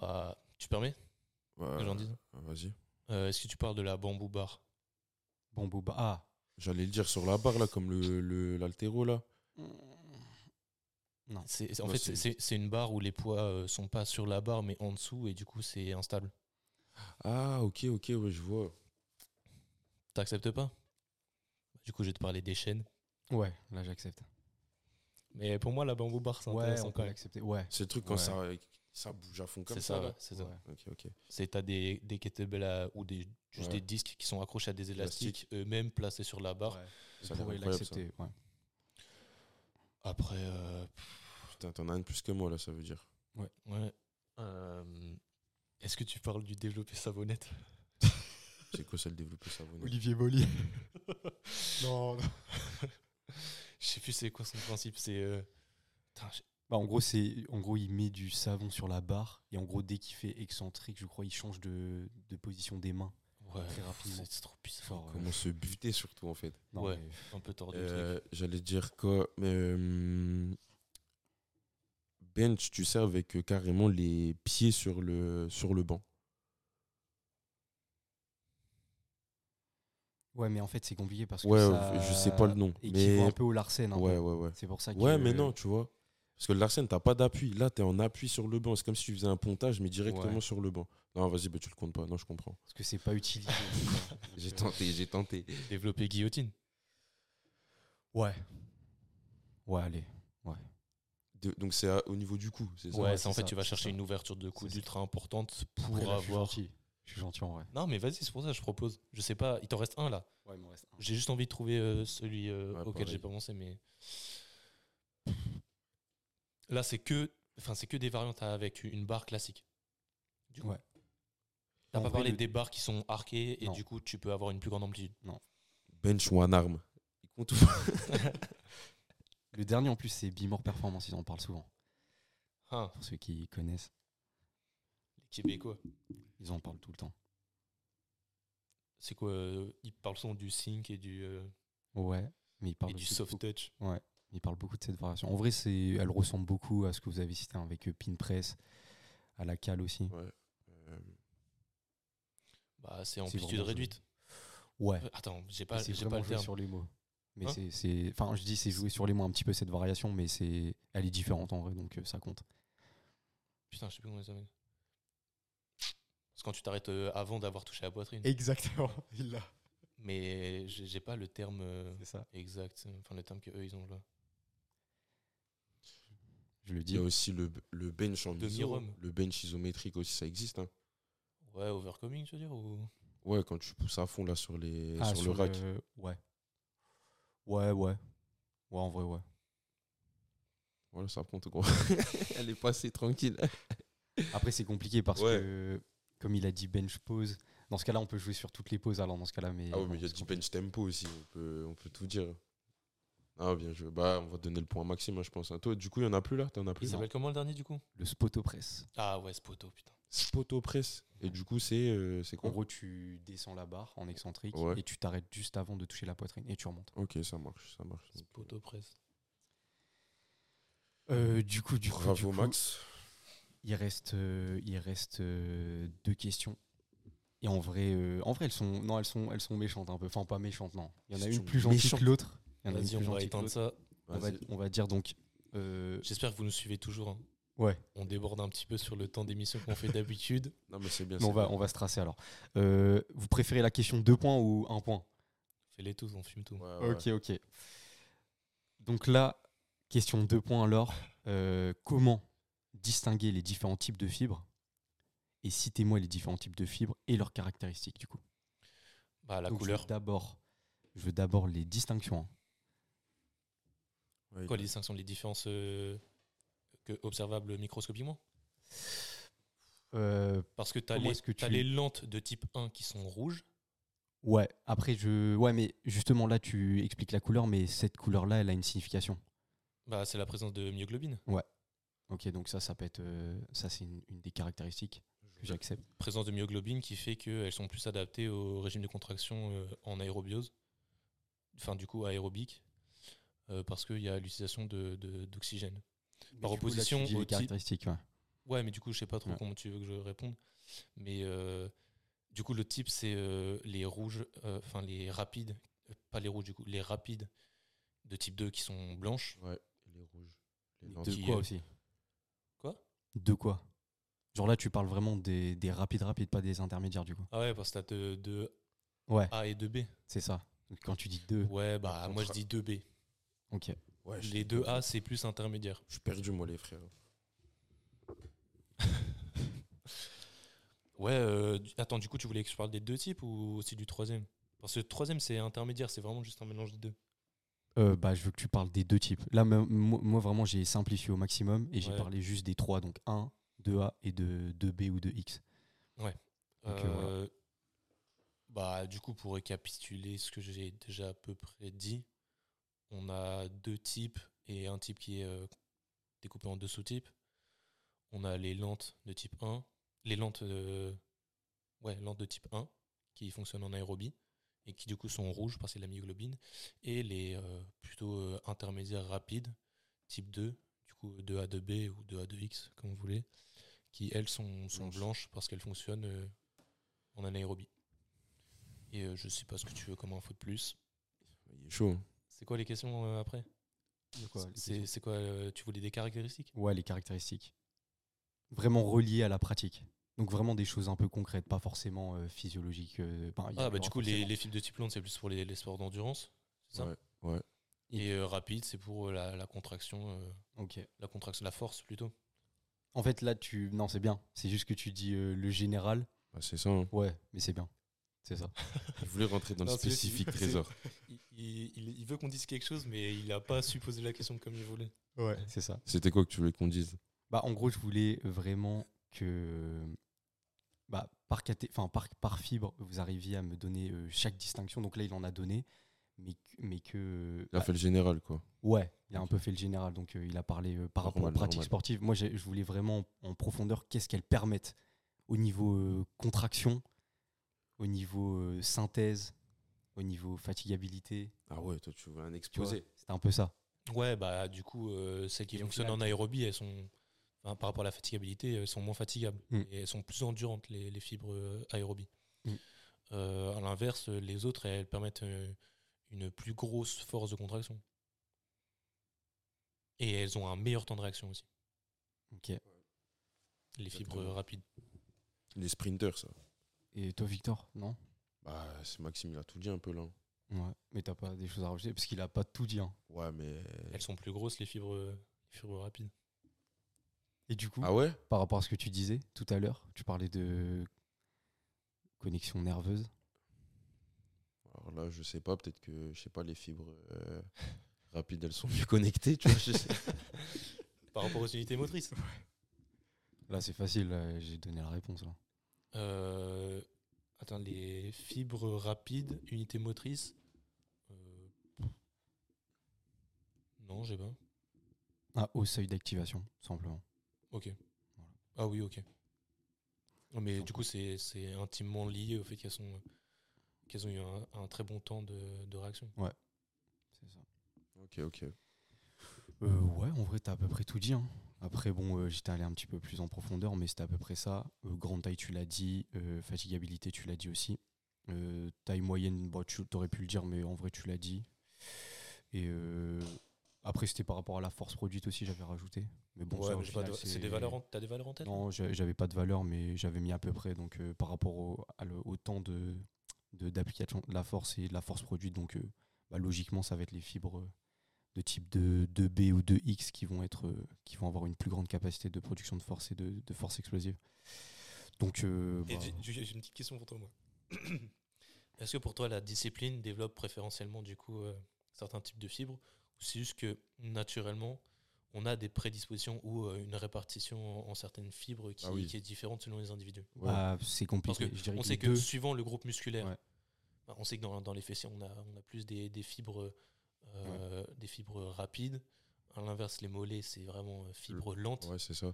A: Bah, tu permets
B: Ouais,
A: que j'en dise
B: ah, Vas-y.
A: Euh, Est-ce que tu parles de la bambou bar
C: Bambou bar. Ah
B: J'allais le dire sur la barre, là, comme l'altéro, le, l'haltéro, là.
A: C'est- c'est- En
B: Ouais,
A: fait,
B: c'est-
A: c'est- c'est c'est une barre où les poids euh, sont pas sur la barre mais en dessous et du coup, c'est instable.
B: Ah, ok, ok, ouais, je vois.
A: T'acceptes pas Bah, Du coup, je vais te parler des chaînes.
C: Ouais, là, j'accepte.
A: Mais pour moi, la bambou bar, c'est
C: Ouais, on
A: intéressant
C: peut
A: quand même.
C: l'accepter. Ouais.
B: C'est le truc quand
C: Ouais.
B: ça, ça bouge à fond comme
A: C'est
B: ça,
A: ça, ouais,
B: là.
A: c'est ça.
C: Ouais.
B: Ok, ok.
A: C'est t'as des, des kettlebells à- ou des, juste
B: Ouais.
A: des disques qui sont accrochés à des
B: Élastiques.
A: élastiques eux-mêmes placés sur la barre.
C: Ouais.
B: Ça a
C: On
B: l'air
C: pourrait
B: incroyable,
C: l'accepter. Ouais.
A: Après, euh,
B: ça. Putain, t'en as un de plus que moi, là, ça veut dire.
A: ouais. Euh, Est-ce que tu parles du développé savonnette
B: C'est quoi ça, le développé savonné
C: Olivier Bolli. non,
A: Je sais plus c'est quoi son principe. C'est euh, putain, je-
C: Bah, en gros, c'est en gros, il met du savon sur la barre et en gros, dès qu'il fait excentrique, je crois, il change de, de position des mains.
A: ouais,
C: Très rapidement.
A: c'est- C'est trop bizarre.
C: Genre, euh,
B: Comment se buter, surtout, en fait
C: non,
A: Ouais.
C: mais-
A: Un peu tordu. le truc.
B: Euh, J'allais dire quoi mais, euh, Bench, tu sais, avec euh, carrément les pieds sur le, sur le banc.
C: Ouais, mais en fait, c'est compliqué parce que.
B: Ouais, euh,
C: ça-
B: je sais pas le nom,
C: Et qui
B: mais-
C: voit un peu au Larsen. un peu.
B: Ouais, ouais, ouais.
C: C'est pour ça que.
B: Ouais, mais non, tu vois. Parce que Larsen, t'as pas d'appui. Là, t'es en appui sur le banc. C'est comme si tu faisais un pontage, mais directement
C: Ouais.
B: sur le banc. Non, vas-y, bah, tu le comptes pas. Non, je comprends.
C: Parce que c'est pas utilisé.
B: J'ai tenté, j'ai tenté.
A: Développer guillotine.
C: ouais. Ouais, allez.
B: De- donc, c'est à- au niveau du coup, c'est ça
A: Ouais,
C: Ouais,
A: c'est en
C: c'est
A: fait,
C: ça,
A: tu vas
C: c'est
A: chercher
C: ça.
A: une ouverture de coup
C: C'est ça.
A: d'ultra importante pour
C: Après, là, Je suis
A: avoir.
C: gentil. Je suis gentil en vrai.
A: Non, mais vas-y, c'est pour ça que je propose. Je sais pas, il t'en reste un là.
C: Ouais, il m'en reste un.
A: J'ai juste envie de trouver euh, celui euh,
B: Ouais,
A: auquel
B: pareil.
A: j'ai pas pensé, mais là c'est que, enfin c'est que des variantes avec une barre classique. Du coup,
C: Ouais.
A: t'as
C: En
A: pas
C: vrai,
A: parlé
C: le-
A: des barres qui sont arquées et
C: Non.
A: du coup tu peux avoir une plus grande amplitude.
B: Bench ou un arme Il compte ou pas
C: Le dernier en plus, c'est Bimor Performance. Ils en parlent souvent.
A: Hein,
C: Pour ceux qui connaissent,
A: les Québécois,
C: ils en parlent tout le temps.
A: c'est quoi euh, Ils parlent souvent du sync et du euh,
C: Ouais. Mais ils parlent
A: et du
C: aussi
A: soft
C: beaucoup-
A: touch.
C: Il parle beaucoup de cette variation. En vrai, c'est, elle ressemble beaucoup à ce que vous avez cité hein, avec euh, Pin Press, à la cale aussi.
A: Bah c'est
C: vraiment
A: amplitude
C: joli.
A: réduite.
C: Ouais.
A: Euh, Attends, j'ai
C: Mais
A: pas,
C: c'est
A: j'ai pas
C: vraiment
A: le
C: joué
A: terme.
C: sur les mots. Mais
A: Hein
C: c'est, c'est- enfin, je dis c'est joué sur les mots un petit peu cette variation, mais c'est, elle est différente en vrai, donc euh, ça compte.
A: Putain, je sais plus comment ça s'appelle. Parce que quand tu t'arrêtes euh, avant d'avoir touché la poitrine.
C: Exactement. Il l'a.
A: Mais j'ai j'ai pas le terme. euh,
C: C'est ça.
A: Exact, euh, enfin le terme que eux ils ont là.
C: Je le
B: Il
C: dis.
B: y a aussi le, le bench en iso.
A: Demi-rome.
B: Le bench isométrique aussi, ça existe. hein.
A: Ouais, overcoming, je veux dire ou...
B: Ouais, quand tu pousses à fond là sur, les,
C: Ah,
B: sur, le rack.
C: Ouais. Ouais, ouais. Ouais, en vrai, ouais.
B: Voilà, ça compte quoi. Elle est passée tranquille.
C: Après, c'est compliqué parce
B: Ouais.
C: que, comme il a dit bench pose, dans ce cas-là, on peut jouer sur toutes les poses. Alors dans ce cas-là, mais
B: Ah oui,
C: non,
B: mais il y a
C: c'est
B: du bench
C: compliqué.
B: tempo aussi, on peut, on peut tout dire. Ah bien joué. Bah on va donner le point maximum je pense. hein. Toi du coup il y en a plus là, t'en as
A: Il
B: plus
A: s'appelle comment le dernier du coup
C: le spoto press.
A: Ah ouais, ce poteau, putain.
B: Spoto press. Et du coup c'est euh, c'est
C: En
B: quoi
C: gros, tu descends la barre en excentrique
B: Ouais.
C: et tu t'arrêtes juste avant de toucher la poitrine et tu remontes.
B: Ok ça marche, ça marche.
A: Ce poteau presse.
C: Euh, du coup, du
B: Bravo Max.
C: il reste, euh, il reste euh, deux questions. Et en vrai, euh, en vrai, elles sont, non, elles sont, elles sont méchantes un peu. Enfin, pas méchantes, non. Il y en a
B: Elles sont
C: une plus gentille
B: méchantes.
C: que l'autre. Il y en a une
A: Vas-y, on
C: plus
A: va
C: gentille que
A: éteindre
C: l'autre. Euh.
A: ça.
C: On va,
B: Vas-y.
C: on va dire donc. euh,
A: J'espère que vous nous suivez toujours. hein.
C: ouais.
A: On déborde un petit peu sur le temps d'émission qu'on fait d'habitude.
B: Non mais c'est bien.
C: Mais on
B: c'est
C: va,
B: bien.
C: on va se tracer alors. Euh, vous préférez la question deux points ou un point
A: Fais-les tous, on fume tout.
B: Ouais, ouais.
C: Ok, ok. Donc là, question 2 points alors. Euh, comment distinguer les différents types de fibres Et citez-moi les différents types de fibres et leurs caractéristiques du coup.
A: Bah, la
C: Donc, je veux
A: couleur.
C: D'abord, je veux d'abord les distinctions. hein.
B: Ouais,
A: Quoi, les distinctions, les différences euh, que observables microscopiquement
C: Euh,
A: Parce que t'as
C: Comment
A: les,
C: est-ce que
A: t'as
C: tu-
A: les lentes de type 1 qui sont rouges.
C: ouais. Après, je, ouais, mais justement là, tu expliques la couleur, mais cette couleur-là, elle a une signification.
A: Bah, c'est la présence de myoglobine.
C: Ok, donc ça, ça peut être, euh, ça, c'est une, une des caractéristiques que j'accepte.
A: Présence de myoglobine qui fait qu'elles sont plus adaptées au régime de contraction euh, en aérobiose. Enfin, du coup, aérobique. euh, parce qu'il y a l'utilisation de- de- d'oxygène.
C: Mais
A: Par
C: du coup, là, tu
A: opposition
C: dis les
A: au type-
C: caractéristiques. ouais.
A: Ouais, mais du coup, je sais pas trop
C: Ouais.
A: comment tu veux que je réponde. Mais euh, du coup, le type, c'est euh, les rouges, euh, enfin les rapides, euh, pas les rouges du coup, les rapides de type 2 qui sont blanches.
B: Ouais, les rouges. Les lentes.
C: De
A: qui,
C: quoi
A: euh,
C: aussi
A: Quoi
C: De quoi Genre là, tu parles vraiment des, des rapides rapides, pas des intermédiaires du coup.
A: Ah ouais, parce que t'as de, de
C: Ouais,
A: A et de B.
C: c'est ça. Donc, Quand tu dis deux,
A: Ouais, bah moi je dis 2B.
C: ok.
B: Ouais, je-
A: Les deux A, c'est plus intermédiaire.
B: Je suis perdu moi les frères.
A: Ouais, euh, du- attends, du coup, tu voulais que je parle des deux types ou aussi du troisième Parce que le troisième, c'est intermédiaire, c'est vraiment juste un mélange des deux.
C: Euh, bah, je veux que tu parles des deux types. Là, me- moi, moi, vraiment, j'ai simplifié au maximum et j'ai
A: Ouais.
C: parlé juste des trois, donc 1, 2A et de 2B ou 2X. Donc, euh, voilà.
A: Euh, Bah, du coup, pour récapituler ce que j'ai déjà à peu près dit, on a deux types et un type qui est euh, découpé en deux sous-types. On a les lentes de type 1, les lentes, euh, ouais, lentes de type 1 qui fonctionnent en aérobie et qui du coup sont rouges parce que c'est de la myoglobine et les euh, plutôt euh, intermédiaires rapides type 2, du coup 2A, 2B ou 2A, 2X comme vous voulez, qui elles sont, sont
B: Blanches.
A: blanches parce qu'elles fonctionnent euh, en anaérobie. Et euh, je sais pas ce que tu veux, comment un foot plus.
B: Il est chaud. hein.
A: C'est quoi les questions euh, après
C: De quoi, les
A: C'est
C: questions
A: c'est quoi euh, Tu voulais des caractéristiques
C: Ouais, les caractéristiques. Vraiment reliées à la pratique. Donc vraiment des choses un peu concrètes, pas forcément euh, physiologiques. euh, ben, il y en
A: Ah, bah
C: aura
A: du coup, les,
C: forcément.
A: les fibres de type longue, c'est plus pour les, les sports d'endurance. c'est ça
B: Ouais, ouais.
A: Et euh, rapide, c'est pour euh, la, la contraction, euh,
C: Ok.
A: la contraction, la force plutôt.
C: En fait, là, tu. Non, c'est bien. C'est juste que tu dis euh, le général.
B: Bah, c'est ça. hein.
C: Ouais, mais c'est bien. C'est ça.
B: Il voulait rentrer dans le
A: Non, c'est-
B: spécifique
A: c'est-
B: trésor.
A: Il, il- il veut qu'on dise quelque chose, mais il n'a pas su poser la question comme il voulait.
C: Ouais, c'est ça.
B: C'était quoi que tu voulais qu'on dise
C: Bah, en gros, je voulais vraiment que. Bah, par, caté- enfin, par, par fibre, vous arriviez à me donner euh, chaque distinction. Donc là, il en a donné. Mais, que- mais que.
B: Il a
C: bah,
B: fait le général, quoi.
C: Ouais, il a un
B: Ok.
C: peu fait le général, donc euh, il a parlé euh, par rapport aux
B: Normal,
C: pratiques
B: normal.
C: sportives. Moi, j'ai- je voulais vraiment en profondeur qu'est-ce qu'elles permettent au niveau euh, contraction, au niveau euh, synthèse, au niveau fatigabilité.
B: Ah ouais, toi, tu voulais un
C: tu vois. C'était un peu ça.
A: Ouais, bah du coup, euh, celles qui
C: Et au
A: fonctionnent
C: final-
A: en aérobie, elles sont, enfin, par rapport à la fatigabilité, elles sont moins fatigables.
C: Mm.
A: Et elles sont plus endurantes, les, les fibres euh, aérobie.
C: Mm.
A: Euh, à l'inverse, les autres, elles permettent euh, une plus grosse force de contraction. Et elles ont un meilleur temps de réaction aussi,
C: Ok.
A: les fibres
B: Exactement.
A: euh, rapides.
B: Les sprinters, ça.
C: Et toi, Victor, non
B: Bah, c'est Maxime, il a tout dit un peu, là.
C: Ouais. Mais t'as pas des choses à rajouter parce qu'il a pas tout dit. hein.
B: Ouais, mais.
A: Elles sont plus grosses, les fibres, euh, les fibres rapides.
C: Et du coup,
B: Ah ouais
C: par rapport à ce que tu disais tout à l'heure, tu parlais de connexion nerveuse.
B: Alors là, je sais pas, peut-être que, je sais pas, les fibres euh, rapides, elles sont mieux connectées, tu vois. je sais-
A: Par rapport aux unités motrices.
C: Là, c'est facile. là, J'ai donné la réponse. Là.
A: Euh, attends, les fibres rapides, unités motrices. euh, Non, j'ai pas.
C: Ah, au seuil d'activation, simplement.
A: Ok.
C: Voilà.
A: Ah oui, ok. Non, mais
C: Sans
A: du coup, c'est c'est intimement lié au fait qu'elles sont qu'elles ont eu un, un très bon temps de, de réaction.
C: C'est ça.
B: ok, ok.
C: Euh, ouais, en vrai, t'as à peu près tout dit. hein. Après, bon, euh, j'étais allé un petit peu plus en profondeur, mais c'était à peu près ça. Euh, grande taille, tu l'as dit. euh, fatigabilité, tu l'as dit aussi. Euh, taille moyenne, bah, tu aurais pu le dire, mais en vrai, tu l'as dit. Et euh, après, c'était par rapport à la force produite aussi, j'avais rajouté. Mais bon,
A: ouais,
C: ça, au
A: mais j'ai pas
C: final,
A: de- c'est des valeurs. en- T'as des valeurs en tête là
C: Non, j'a- j'avais pas de valeur, mais j'avais mis à peu près. Donc, euh, par rapport au, à le- au temps de de- d'application de, la force et de la force produite, donc euh, bah, logiquement, ça va être les fibres euh, de type de, 2B ou 2X qui vont être euh, qui vont avoir une plus grande capacité de production de force et de, de force explosive. Donc, euh,
A: Et
C: bah,
A: j'ai- J'ai j'ai une petite question pour toi, moi. Est-ce que pour toi, la discipline développe préférentiellement, du coup, euh, certains types de fibres Ou c'est juste que, naturellement, on a des prédispositions ou euh, une répartition en, en certaines fibres qui,
B: Ah oui.
A: qui est différente selon les individus
B: Ouais.
C: bah, c'est
A: Parce
C: compliqué.
A: que
C: je dirais
A: on
C: que
A: sait
C: les
A: que,
C: deux-
A: suivant le groupe musculaire,
C: Ouais.
A: bah, on sait que dans, dans les fessiers, on a, on a plus des, des fibres, euh, des fibres rapides. À l'inverse, les mollets, c'est vraiment euh, fibres lentes.
B: Ouais, c'est ça.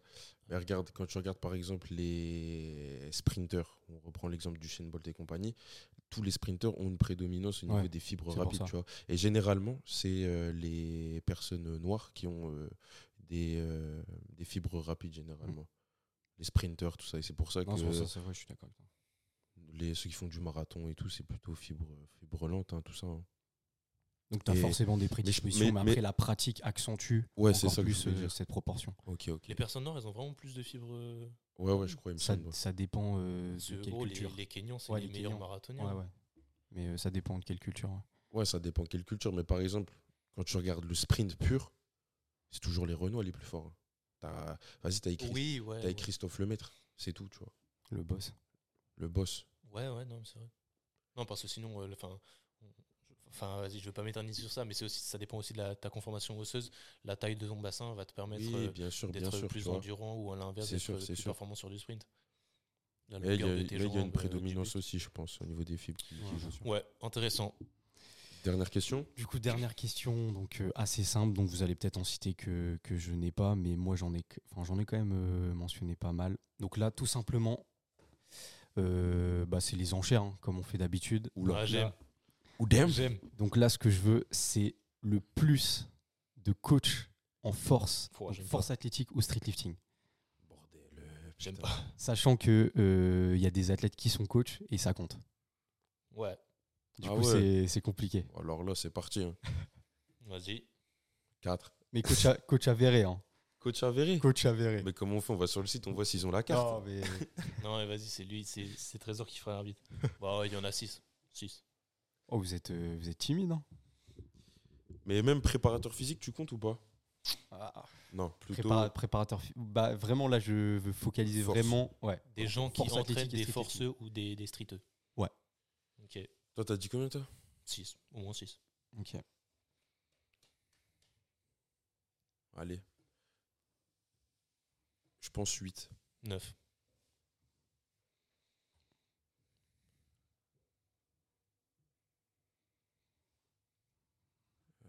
B: Mais regarde, quand tu regardes par exemple les sprinters, on reprend l'exemple du Shane Bolt et compagnie, tous les sprinters ont une prédominance au niveau
C: Ouais,
B: des fibres
C: c'est pour
B: rapides,
C: ça.
B: tu vois. Et généralement, c'est euh, les personnes noires qui ont euh, des, euh, des fibres rapides généralement. Les sprinters, tout ça. Et c'est pour ça
C: Mm. Non,
B: que
C: c'est pour ça, c'est vrai, je suis d'accord. avec toi.
B: les, ceux qui font du marathon et tout, c'est plutôt fibres fibres lentes, hein, tout ça. hein.
C: Donc, tu as
B: Et-
C: forcément des prédispositions, mais,
B: mais-
C: après,
B: mais-
C: la pratique accentue
B: Ouais, c'est
C: encore
B: ça que je
C: plus
B: voulais
C: euh,
B: dire.
C: cette proportion.
B: Ok, ok.
A: Les personnes noires, elles ont vraiment plus de fibres. euh,
B: Ouais, ouais, je crois, il me
C: Ça,
B: semble. ouais.
C: ça dépend euh,
A: Parce que,
C: de quelle
A: gros, oh, les,
C: culture.
A: les Kenyans, c'est
C: Ouais,
A: les,
C: les
A: meilleurs
C: Kenyans.
A: marathoniens.
C: Ouais, ouais. Mais euh, ça dépend de quelle culture. ouais.
B: Ouais, ça dépend quelle culture, mais par exemple, quand tu regardes le sprint pur, c'est toujours les Renois les plus forts. hein. T'as- Vas-y, t'as écrit,
A: Oui, ouais.
B: t'as
A: ouais.
B: Christophe Lemaître, c'est tout, tu vois.
C: Le boss.
B: Le boss.
A: Ouais, ouais, non, mais c'est vrai. Non, parce que sinon, euh, le- enfin, on- je- enfin, vas-y, je veux pas m'éterniser sur ça, mais c'est aussi, ça dépend aussi de la, ta conformation osseuse. La taille de ton bassin va te permettre
B: Oui,
A: euh,
B: bien sûr, bien
A: d'être
B: sûr. tu
A: plus
B: vois.
A: endurant ou à l'inverse
B: C'est
A: d'être
B: sûr,
A: euh,
B: c'est
A: plus
B: sûr.
A: performant sur du sprint. La
B: Mais il y a,
A: longueur de tes
B: mais il y a
A: jambes, euh,
B: une
A: du
B: prédominance
A: buste.
B: aussi, je pense, au niveau des fibres. qui- qui
C: Ouais,
B: jouent.
C: bien sûr.
A: Ouais, intéressant.
B: Dernière question
C: Du coup, dernière question, donc euh, assez simple, donc vous allez peut-être en citer que, que je n'ai pas, mais moi j'en ai, que- enfin j'en ai quand même euh, mentionné pas mal. Donc là, tout simplement, euh, bah, c'est les enchères, hein, comme on fait d'habitude.
A: Ah, j'aime,
B: Ou damn
A: j'aime.
C: Donc là, ce que je veux, c'est le plus de coach en force,
A: Pouah,
C: donc
A: j'aime
C: force athlétique ou street lifting.
B: Bordel. euh,
A: J'aime
B: putain.
A: pas.
C: Sachant que euh, il y a des athlètes qui sont coach et ça compte.
A: Ouais,
C: Du
B: Ah
C: coup,
B: ouais.
C: c'est- c'est compliqué.
B: Alors là, c'est parti. hein.
A: Vas-y.
B: 4.
C: Mais coach, a- coach avéré, hein.
B: Coach avéré.
C: Coach avéré.
B: Mais comment on fait On va sur le site, on voit s'ils ont la carte.
C: Non, mais
A: Non, mais vas-y, c'est lui, c'est c'est Trésor qui fera l'arbitre. Bah ouais, il y en a 6. 6.
C: oh, vous êtes, euh, vous êtes timide, hein.
B: Mais même préparateur physique, tu comptes ou pas Non, plutôt.
C: Ah, Prépara- préparateur. fi- Bah, vraiment, là, je veux focaliser
B: Force.
C: vraiment. Ouais.
A: Des gens qui
C: Force athlétique
A: entraînent
C: et
A: des
C: street
A: forceux ou des, des streeteux.
C: Ouais.
A: Ok,
B: Toi, t'as dit combien, toi
A: 6. Au moins 6.
C: Ok.
B: Allez. Je pense 8.
A: 9.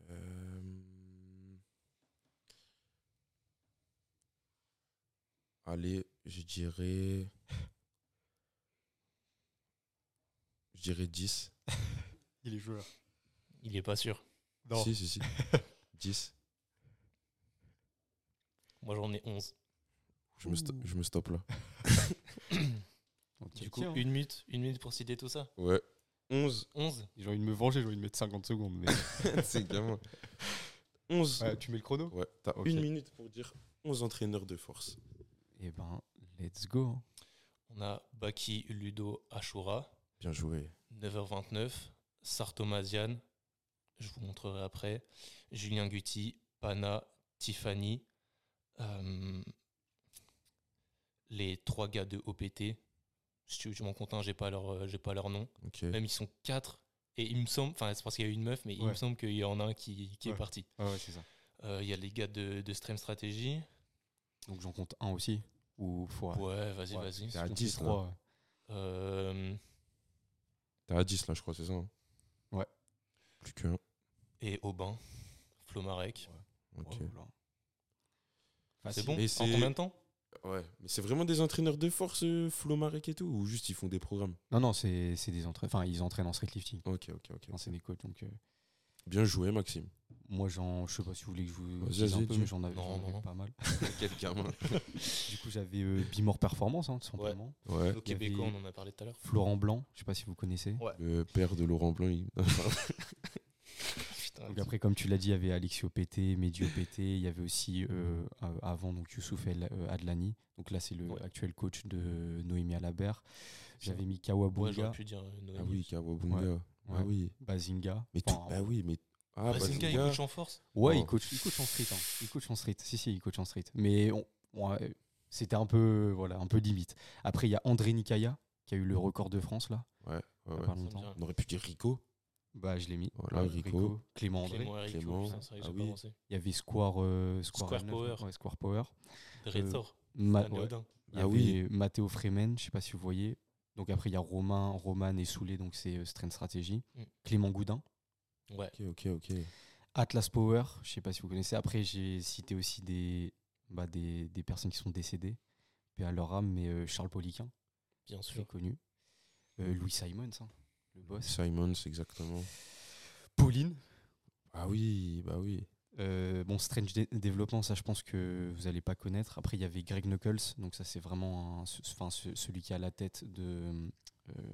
B: Euh, Allez, je dirais. Je dirais 10.
C: Il est joueur.
A: Il est pas sûr.
C: Non.
B: Si, si, si. 10.
A: Moi, j'en ai 11.
B: Je me, sto- je me stoppe là.
A: Du
C: hein.
A: coup, une minute, une minute pour citer tout ça.
B: Ouais. 11.
A: 11
C: J'ai envie de me venger, j'ai envie de mettre 50 secondes. Mais...
B: C'est gamin. 11.
C: Ouais, tu mets le chrono
B: Ouais, t'as
C: Ok.
B: une minute pour dire 11 entraîneurs de force.
C: Eh ben, let's go.
A: On a Baki, Ludo, Ashura.
B: Bien joué.
A: 9h29. Sartomazian. Je vous montrerai après. Julien Guti, Pana, Tiffany. euh, les trois gars de OPT. Si tu, tu m'en comptes un, j'ai pas leur, euh, j'ai pas leur nom.
B: Ok.
A: Même ils sont quatre. Et il me semble, enfin c'est parce qu'il y a eu une meuf, mais il
C: Ouais.
A: me semble qu'il y en a un qui, qui est
C: Ouais.
A: parti.
C: Ouais, ouais, c'est ça.
A: Euh, Il y a les gars de, de Stream Strategy.
C: Donc, j'en compte un aussi. Ou fois.
A: Ouais, vas-y,
C: Ouais,
A: vas-y.
B: c'est à
C: On fait
B: 10, là.
C: trois, ouais.
A: Euh,
B: T'es à 10 là, je crois, c'est ça hein
C: Ouais.
B: Plus qu'un.
A: et Aubin, Flomarek.
B: Ok.
C: Oh là.
A: c'est
C: Facile.
A: bon
B: Mais
A: En
B: c'est-
A: combien de temps
B: Ouais, mais c'est vraiment des entraîneurs de force, euh, Flo Marek et tout, ou juste ils font des programmes
C: Non, non, c'est c'est des entraîneurs. Enfin, ils entraînent en street lifting.
B: Ok, ok, ok.
C: Enfin, c'est des coachs. Donc, euh,
B: Bien joué, Maxime.
C: moi, j'en, je sais pas si vous voulez que je vous
B: Vas-y,
C: dise un
B: vas-y,
C: peu,
B: dis.
C: mais j'en avais,
A: Non,
C: j'en
A: non,
C: avais
A: non.
C: pas mal.
B: Quel gamin.
C: Du coup, j'avais euh, Bimor Performance, hein, tout
A: Ouais.
C: simplement.
B: Ouais.
A: Nos
C: Il y avait-
A: Québécois, on en a parlé tout à l'heure.
C: Florent Blanc, je sais pas si vous connaissez.
B: Le père de Laurent Blanc, il-
A: Putain,
C: Donc après, comme tu l'as dit, il y avait Alexio Pété, Medio Pété, il y avait aussi euh, euh, avant donc Youssouf El euh, Adlani. Donc là, c'est le
A: Ouais.
C: actuel coach de Noémie Alabert.
A: C'est
C: J'avais
A: vrai.
C: mis
A: ouais,
C: Kawabunga,
A: j'aurais pu dire euh, Noémie.
B: Ah oui, Kawabunga.
C: Ouais.
B: Ah oui.
C: Bazinga.
B: Mais tout.
C: Enfin,
B: Bah oui, mais. Ah,
A: Bah, c'est le gars, il
B: Bazinga.
A: coach en force.
C: Ouais,
B: Oh.
C: il, coach, il coach en street. hein. Il coach en street. Si, si, il coach en street. Mais on- on a- c'était un peu, voilà, un peu limite. Après, il y a André Nikaya qui a eu le record de France là,
B: Ouais, ouais,
C: il y a
B: ouais.
C: pas
A: ça me
C: longtemps.
A: dirait.
B: On aurait pu dire Rico.
C: Bah, je l'ai mis.
B: Voilà,
C: Ouais,
B: Rico.
C: Clément André.
A: Clément Eric,
B: Clément.
A: putain, c'est vrai que
B: Ah
A: j'ai pas
B: oui.
A: pensé.
C: Il y avait Square, euh, Square,
A: Square
C: 9,
A: Power.
C: ouais, Square Power.
B: Euh,
A: Dretor,
C: Ma-
A: Stéphane
C: ouais.
A: Audin.
C: Il y
B: Ah oui.
C: avait Matteo Fremen, je sais pas si vous voyez. Donc après, il y a Romain, Roman et Soulé, donc c'est euh, Strength Strategy.
A: Mm.
C: Clément Goudin.
A: Ouais.
B: Ok, ok, ok.
C: Atlas Power, je sais pas si vous connaissez. Après, j'ai cité aussi des, bah, des, des personnes qui sont décédées. Puis à leur âme, mais euh, Charles Poliquin,
A: bien
C: très
A: sûr.
C: connu. Euh, Louis Simons, hein, le boss.
B: Simons, exactement.
C: Pauline.
B: Ah oui, bah oui.
C: Euh, bon, Strange Dé- Développement, ça je pense que vous allez pas connaître. Après, il y avait Greg Knuckles, donc ça c'est vraiment un- ce- ce- enfin, ce- celui qui a la tête de. euh,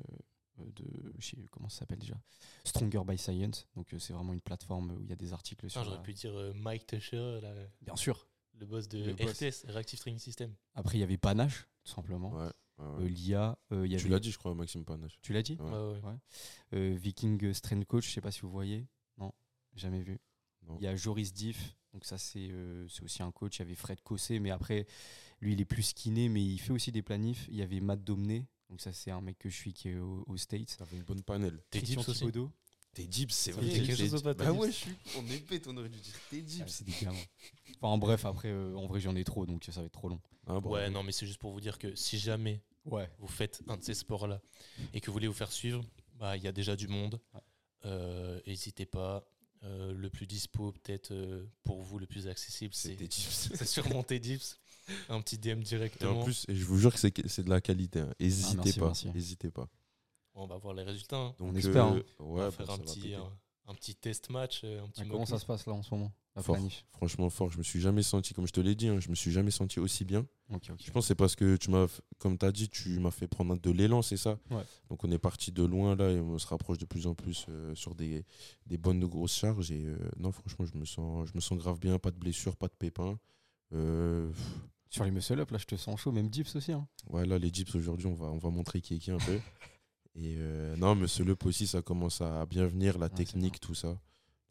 C: de je sais, comment ça s'appelle déjà Stronger by Science. Donc euh, c'est vraiment une plateforme où il y a des
B: Ah,
C: articles sur.
A: Putain, j'aurais
C: la-
A: pu dire euh, Mike Tusher, là,
C: Bien sûr.
A: le boss de
C: Le boss.
A: RTS, Reactive Training System.
C: Après, il y avait Panache, tout simplement.
B: Ouais, ouais, ouais.
C: Euh, L'IA. euh, il y
B: Tu
C: avait-
B: l'as dit, je crois, Maxime Panache.
C: Tu l'as dit
B: Ouais.
A: Ouais, ouais.
C: Euh, Viking Strength Coach, je sais pas si vous voyez. Non, jamais vu.
B: Non.
C: Il y a Joris Diff, donc ça c'est euh, c'est aussi un coach. Il y avait Fred Cossé, mais après, lui il est plus kiné, mais il fait aussi des planifs. Il y avait Matt Domné, donc ça c'est un mec que je suis qui est au- aux States.
B: T'avais une bonne panel.
A: T'es
C: Christian
A: Dips aussi.
C: Thibodeau.
B: T'es dibs, c'est
A: Ça me dit quelque chose ou pas,
B: Bah
A: t'es
B: ouais,
A: Dips
B: je suis. On est bête, on aurait dû dire t'es
C: Ah,
B: dibs.
C: c'est des gamins. Enfin bref, après, euh, en vrai j'en ai trop, donc ça va être trop long.
B: Ah, bon.
A: Ouais, non, mais c'est juste pour vous dire que si jamais
C: Ouais.
A: vous faites un de ces sports-là et que vous voulez vous faire suivre, bah, il y a déjà du monde.
C: Ouais.
A: N'hésitez pas. Euh, le plus dispo, peut-être euh, pour vous, le plus accessible,
B: c'est
A: c'est
B: t'es dibs.
A: c'est sûrement tes dips. Un petit DM
B: Et
A: directement.
B: en plus, et je vous jure que c'est c'est de la qualité. hein. Hésitez
C: Ah, merci,
B: pas.
C: merci.
B: Hésitez pas.
A: on va voir les résultats. hein.
B: Donc, euh,
C: espère, hein.
B: Ouais,
A: on va
B: bon,
A: faire
B: ça
A: un
B: va
A: petit, euh,
B: péter.
A: un, un un petit test match, euh, un petit
C: Ah, comment
A: mock
C: ça se passe là en ce moment La
B: Fort.
C: planif.
B: Franchement fort, je me suis jamais senti, comme je te l'ai dit, hein, je me suis jamais senti aussi bien.
C: Ok, ok.
B: Je pense que c'est parce que tu m'as, f- comme tu as dit, tu m'as fait prendre de l'élan, c'est ça.
C: Ouais.
B: Donc on est parti de loin là et on se rapproche de plus en plus euh, sur des, des bonnes grosses charges. Et euh, non, franchement, je me, sens, je me sens grave bien, pas de blessure, pas de pépins. Euh, pff,
C: Sur les muscle-up, là, je te sens chaud, même dips aussi. hein.
B: ouais, là, les gyps aujourd'hui, on va, on va montrer qui est qui un peu. Et euh, non, mais ce lep aussi, ça commence à bien venir, la
A: Ah,
C: c'est
B: technique, tout ça.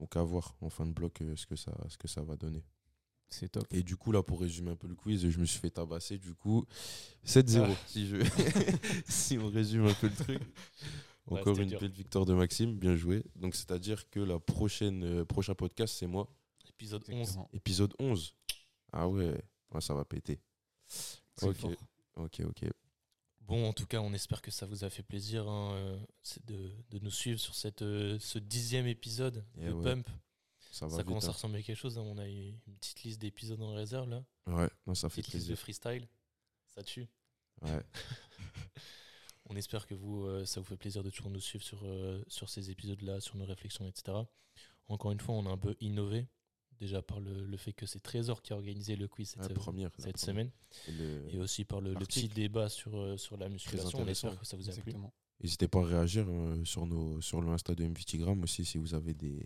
B: Donc à voir en fin de bloc euh, ce, que ça, ce que ça va donner.
C: C'est top.
B: Et du coup, là, pour résumer un peu le quiz, je me suis fait tabasser, du coup, 7-0,
A: Ah.
B: si, je... si on résume un peu le truc.
A: Ouais,
B: Encore
A: c'était
B: une
A: dur.
B: belle victoire de Maxime, bien joué. Donc, c'est-à-dire que la prochaine, euh, prochain podcast, c'est moi,
A: Épisode 11.
C: Exactement.
B: épisode 11. Ah ouais, ouais, ça va péter.
C: C'est
B: Ok,
C: fort.
B: ok, ok.
A: Bon, en tout cas, on espère que ça vous a fait plaisir hein, euh, c'est de, de nous suivre sur cette, euh, ce dixième épisode
B: Eh
A: de
B: ouais,
A: Pump.
B: Ça va
A: Ça
B: vite.
A: commence à ressembler à quelque chose. hein, On a eu une petite liste d'épisodes en réserve, là.
B: hein. Ouais, non, ça fait
A: Petite liste de
B: plaisir.
A: freestyle. Ça tue.
B: Ouais.
A: On espère que vous, euh, ça vous fait plaisir de toujours nous suivre sur, euh, sur ces épisodes-là, sur nos réflexions, etc. Encore une fois, on a un peu innové. Déjà par le, le fait que c'est Trésor qui a organisé le quiz cette, euh,
B: La première. la
A: cette
B: première.
A: semaine.
B: Et le-
A: Et aussi par le, le petit
B: Article.
A: débat sur, euh, sur la musculation. On
B: intéressant.
A: espère que ça vous a plu.
C: Exactement.
B: N'hésitez pas à réagir euh, sur, nos, sur le Insta de MVTgram aussi si vous avez des.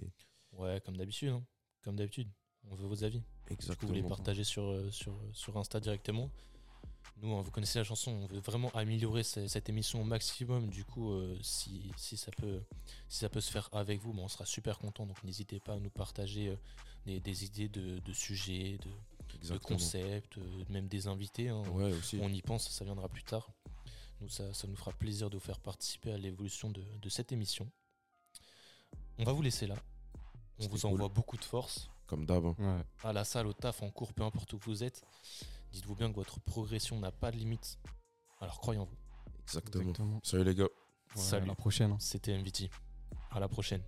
A: Ouais, comme d'habitude. hein. Comme d'habitude. On veut vos avis.
B: Exactement.
A: Du coup, vous les partagez sur, euh, sur, sur Insta directement. Nous, hein, vous connaissez la chanson, on veut vraiment améliorer ce- cette émission au maximum. Du coup, euh, si, si, ça peut, si ça peut se faire avec vous, bon, on sera super content. Donc n'hésitez pas à nous partager euh, des, des idées de, de sujets, de- de,
B: Exactement.
A: concepts, euh, même des invités. hein.
B: Ouais, aussi.
A: On y pense, ça viendra plus tard. Nous, ça, ça nous fera plaisir de vous faire participer à l'évolution de, de cette émission. On va vous laisser là. On
B: C'était
A: vous
B: cool.
A: envoie beaucoup de force
B: Comme d'hab. hein.
C: Ouais.
A: à la salle, au taf, en cours, peu importe où vous êtes, dites-vous bien que votre progression n'a pas de limite. Alors croyez en vous.
B: Exactement.
C: Exactement.
B: Salut les gars.
C: Ouais, à
A: Salut.
C: la prochaine. hein.
A: C'était MVT. À la prochaine.